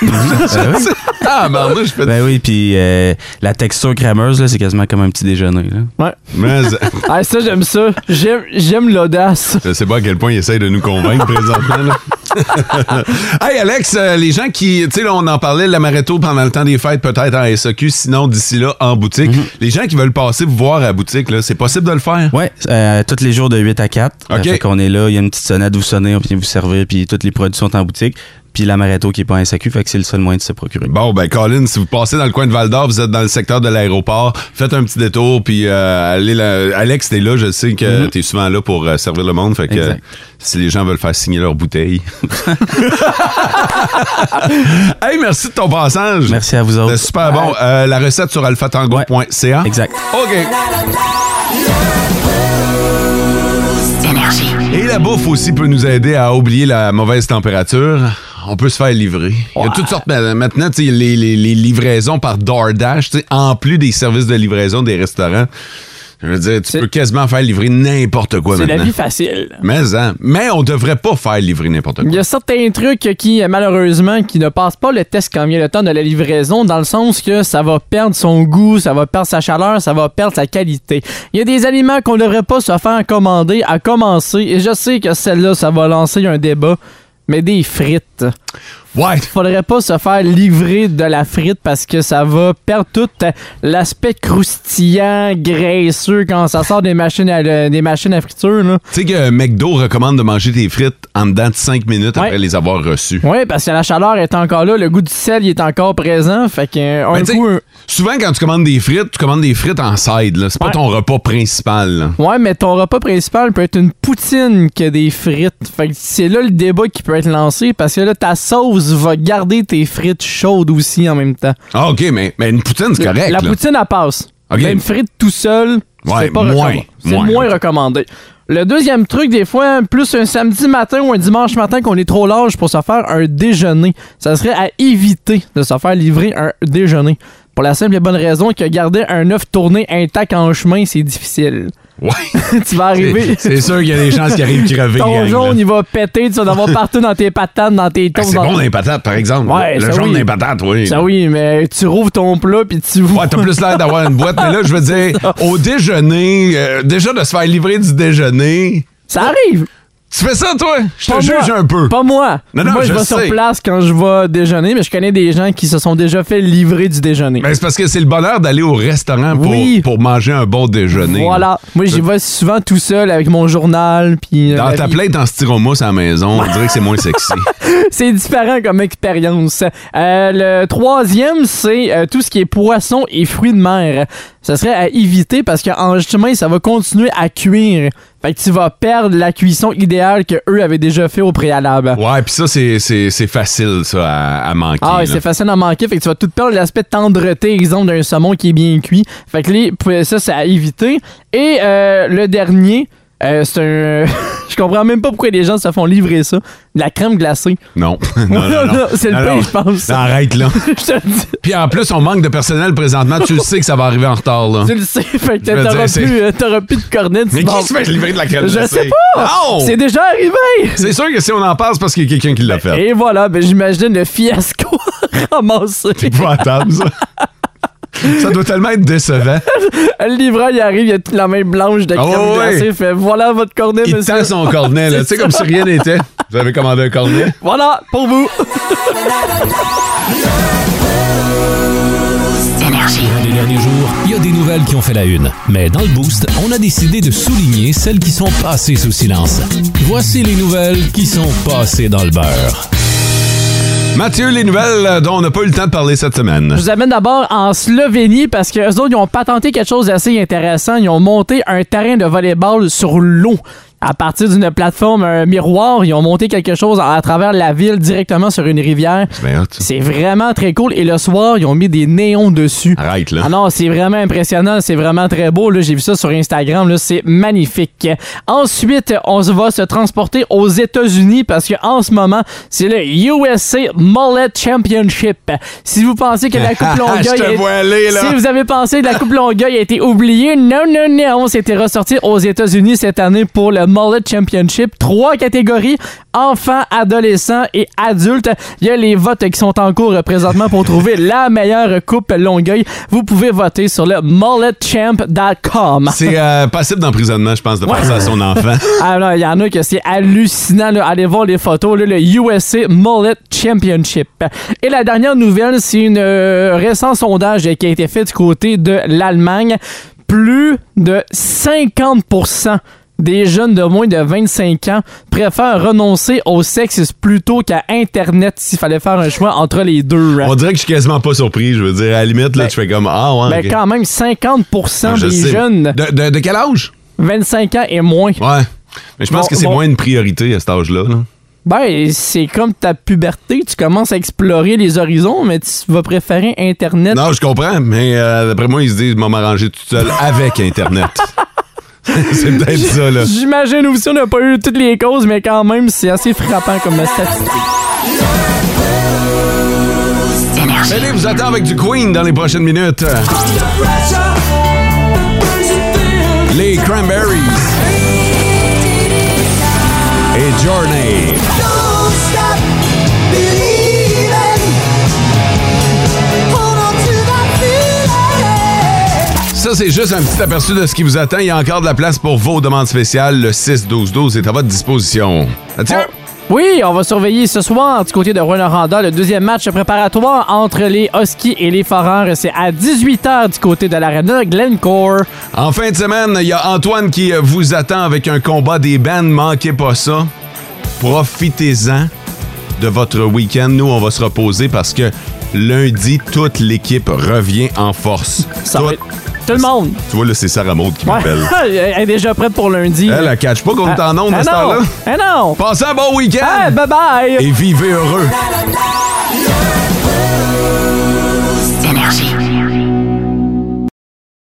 B: ah, ben, je fais
K: Mhm. Ben oui, puis euh, la texture crémeuse, là, c'est quasiment comme un petit déjeuner. Là.
C: Ouais.
B: Mais
C: Ah, ça, j'aime ça. J'aime- J'aime l'audace.
B: je sais pas à quel point il essaye de nous convaincre présentement. là. hey Alex, euh, les gens qui, tu sais, là, on en parlait l'amaretto pendant le temps des fêtes, peut-être en SAQ, sinon d'ici là en boutique. Les gens qui veulent passer vous voir à la boutique, là, c'est possible de le faire.
K: Ouais, euh, tous les jours de 8 à 4.
B: OK.
K: Fait qu'on est là, il y a une petite sonnette, vous sonnez, on vient vous servir, puis tous les produits sont en boutique. Puis l'amaretto qui est pas en SAQ, fait que c'est le seul moyen de se procurer.
B: Bon, ben Colin, si vous passez dans le coin de Val d'Or, vous êtes dans le secteur de l'aéroport, faites un petit détour, puis euh, allez là- Alex, t'es là, je sais que t'es souvent là pour euh, servir le monde, fait que
K: Mm-hmm. Exact.
B: euh, si les gens veulent faire signer leur bouteille. hey, merci de ton passage.
K: Merci à vous autres.
B: C'était super bon. Euh, la recette sur alphatango.ca.
K: Exact.
B: OK. Et la bouffe aussi peut nous aider à oublier la mauvaise température. On peut se faire livrer. Il y a toutes sortes. ma- Maintenant, tu sais, les, les- les livraisons par DoorDash, tu sais, en plus des services de livraison des restaurants, je veux dire, tu peux quasiment faire livrer n'importe quoi
C: C'est
B: maintenant.
C: la vie facile.
B: mais, hein, mais on devrait pas faire livrer n'importe quoi.
C: Il y a certains trucs qui, malheureusement, qui ne passent pas le test quand vient le temps de la livraison, dans le sens que ça va perdre son goût, ça va perdre sa chaleur, ça va perdre sa qualité. Il y a des aliments qu'on ne devrait pas se faire commander à commencer, et je sais que celle-là, ça va lancer un débat. mais des frites.
B: Ouais.
C: Faudrait pas se faire livrer de la frite parce que ça va perdre tout euh, l'aspect croustillant, graisseux quand ça sort des machines à, le- des machines à friture. Là.
B: Tu sais que McDo recommande de manger tes frites en dedans de 5 minutes après les avoir reçues.
C: Oui, parce que la chaleur est encore là, le goût du sel il est encore présent. Fait que, euh, un
B: Ben, tu sais,
C: coup, un-
B: Souvent, quand tu commandes des frites, tu commandes des frites en side. là. C'est pas
C: Ouais.
B: ton repas principal. là.
C: Ouais, mais ton repas principal peut être une poutine que des frites. Fait que c'est là le débat qui peut être lancé parce que là, ta sauce va garder tes frites chaudes aussi en même temps.
B: Ah, OK, mais, mais une poutine, c'est correct.
C: La
B: là.
C: poutine, elle passe.
B: Ok.
C: Mais une frite tout seul,
B: Ouais,
C: c'est pas
B: moins,
C: recommandé. C'est
B: moins.
C: moins recommandé. Le deuxième truc, des fois, plus un samedi matin ou un dimanche matin qu'on est trop large pour se faire un déjeuner, ça serait à éviter de se faire livrer un déjeuner. Pour la simple et bonne raison que garder un œuf tourné intact en chemin, c'est difficile.
B: Ouais.
C: tu vas arriver.
B: C'est- c'est sûr qu'il y a des chances qu'il arrive crevés,
C: Ton
B: gang,
C: jaune,
B: là.
C: il va péter, tu vas en avoir partout dans tes patates, dans tes
B: Ah,
C: toasts.
B: c'est
C: dans-
B: bon dans les patates, par exemple.
C: Ouais,
B: le
C: ça
B: jaune
C: oui.
B: dans les patates, oui.
C: Ça oui, mais tu rouvres ton plat puis tu vois.
B: Ouais, t'as plus l'air d'avoir une boîte, mais là, je veux dire, au déjeuner, euh, déjà de se faire livrer du déjeuner.
C: Ça arrive.
B: Tu fais ça, toi? Je te
C: Pas moi.
B: juge un peu.
C: Pas moi.
B: Non, non,
C: moi, je,
B: je
C: vais
B: sais.
C: sur place quand je vais déjeuner, mais je connais des gens qui se sont déjà fait livrer du déjeuner.
B: Ben, c'est parce que c'est le bonheur d'aller au restaurant pour, pour manger un bon déjeuner.
C: Voilà. Moi, j'y vais souvent tout seul avec mon journal. Puis, euh,
B: Dans
C: ma
B: ta
C: vie.
B: plainte en styromousse à la maison, on dirait que c'est moins sexy.
C: c'est différent comme expérience. Euh, le troisième, c'est euh, tout ce qui est poisson et fruits de mer. Ça serait à éviter parce qu'en chemin, ça va continuer à cuire. Fait que tu vas perdre la cuisson idéale que eux avaient déjà fait au préalable.
B: Ouais, puis ça, c'est- c'est c'est facile, ça, à, à manquer.
C: Ah,
B: là.
C: oui, c'est facile à manquer. Fait que tu vas tout perdre l'aspect de tendreté, exemple, d'un saumon qui est bien cuit. Fait que les, p- ça, c'est à éviter. Et euh, le dernier, euh, c'est un. Je comprends même pas pourquoi les gens se font livrer ça. De la crème glacée.
B: Non. non, non, non.
C: c'est le
B: Non,
C: pire,
B: non.
C: je pense.
B: Non, Arrête, là.
C: je te le dis.
B: Puis en plus, on manque de personnel présentement. Tu le sais que ça va arriver en retard, là.
C: Tu le sais, fait que
B: Je veux
C: t'auras
B: dire, c'est-
C: plus, euh, t'auras plus de cornets.
B: Mais qui se fait livrer de la crème
C: Je
B: glacée?
C: sais pas!
B: Non!
C: C'est déjà arrivé!
B: C'est sûr que si on en passe, parce qu'il y a quelqu'un qui l'a fait.
C: Et voilà, ben j'imagine le fiasco ramassé.
B: C'est épouvantable, ça. Ça doit tellement être décevant.
C: Le livreur, il arrive, il a toute la main blanche de crème
B: Oh, ouais.
C: glacée, fait voilà votre cornet,
B: Il
C: monsieur.
B: tend son cornet, là. Tu sais, comme si rien n'était. Vous avez commandé un cornet.
C: Voilà, pour vous.
A: Les derniers jours, il y a des nouvelles qui ont fait la une. Mais dans le Boost, on a décidé de souligner celles qui sont passées sous silence. Voici les nouvelles qui sont passées dans le beurre.
B: Mathieu, les nouvelles euh, dont on n'a pas eu le temps de parler cette semaine.
C: Je vous amène d'abord en Slovénie parce que eux autres, ils ont patenté quelque chose d'assez intéressant. Ils ont monté un terrain de volleyball sur l'eau. À partir d'une plateforme, un miroir, ils ont monté quelque chose à à travers la ville directement sur une rivière.
B: Ben, hot, ça.
C: C'est vraiment très cool. Et le soir, ils ont mis des néons dessus.
B: Arrête, là.
C: Ah non, c'est vraiment impressionnant. C'est vraiment très beau. Là, j'ai vu ça sur Instagram. Là, c'est magnifique. Ensuite, on se va se transporter aux États-Unis parce que en ce moment, c'est le USA Mullet Championship. Si vous pensez que la Coupe Longueuil,
B: Je te
C: est-
B: vois aller, là.
C: si vous avez pensé que la Coupe Longueuil a été oubliée, non, non, non, c'était ressorti aux États-Unis cette année pour le Mullet Championship. Trois catégories enfants, adolescents et adultes. Il y a les votes qui sont en cours présentement pour trouver la meilleure Coupe Longueuil. Vous pouvez voter sur le mulletchamp.com.
B: C'est euh, passible d'emprisonnement, je pense, de penser à son enfant.
C: Ah non, il y en a que c'est hallucinant. là. Allez voir les photos. là, le USA Mullet Championship. Et la dernière nouvelle, c'est une euh, récent sondage qui a été fait du côté de l'Allemagne. Plus de 50 des jeunes de moins de 25 ans préfèrent renoncer au sexe plutôt qu'à Internet s'il fallait faire un choix entre les deux.
B: On dirait que je suis quasiment pas surpris. Je veux dire, à la limite, là, tu fais comme Ah, ouais.
C: Mais
B: ok.
C: Ben, quand même, 50
B: Ah, je
C: des
B: sais.
C: jeunes,
B: De, de- de quel âge
C: 25 ans et moins.
B: Ouais. Mais je pense
C: Bon,
B: que c'est
C: bon.
B: moins une priorité à cet âge-là. là.
C: Ben, c'est comme ta puberté, tu commences à explorer les horizons, mais tu vas préférer Internet.
B: Non, je comprends, mais euh, d'après moi, ils se disent, m'en m'arranger tout seul avec Internet. c'est peut-être ça, là.
C: J'imagine aussi, on n'a pas eu toutes les causes, mais quand même, c'est assez frappant comme statistique.
B: Allez, vous attend avec du Queen dans les prochaines minutes. Les Cranberries. Et Journey. Ça, c'est juste un petit aperçu de ce qui vous attend. Il y a encore de la place pour vos demandes spéciales. Le 6-12-12 est à votre disposition. Adieu!
C: Oui, on va surveiller ce soir du côté de Rwanda le deuxième match préparatoire entre les Huskies et les Foreurs. C'est à 18h du côté de l'Arena Glencore.
B: En fin de semaine, il y a Antoine qui euh, vous attend avec un combat des bands. Manquez pas ça. Profitez-en de votre week-end. Nous, on va se reposer parce que lundi, toute l'équipe revient en force. Tout,
C: Tout le monde.
B: tu vois, là, c'est Sarah Maud qui m'appelle.
C: Ouais, elle est déjà prête pour lundi.
B: Elle, elle catch pas qu'on est en onde à
C: ah
B: ce
C: non,
B: temps-là.
C: Ah non!
B: Passez un bon week-end!
C: bye bye!
B: Et vivez heureux!
G: La,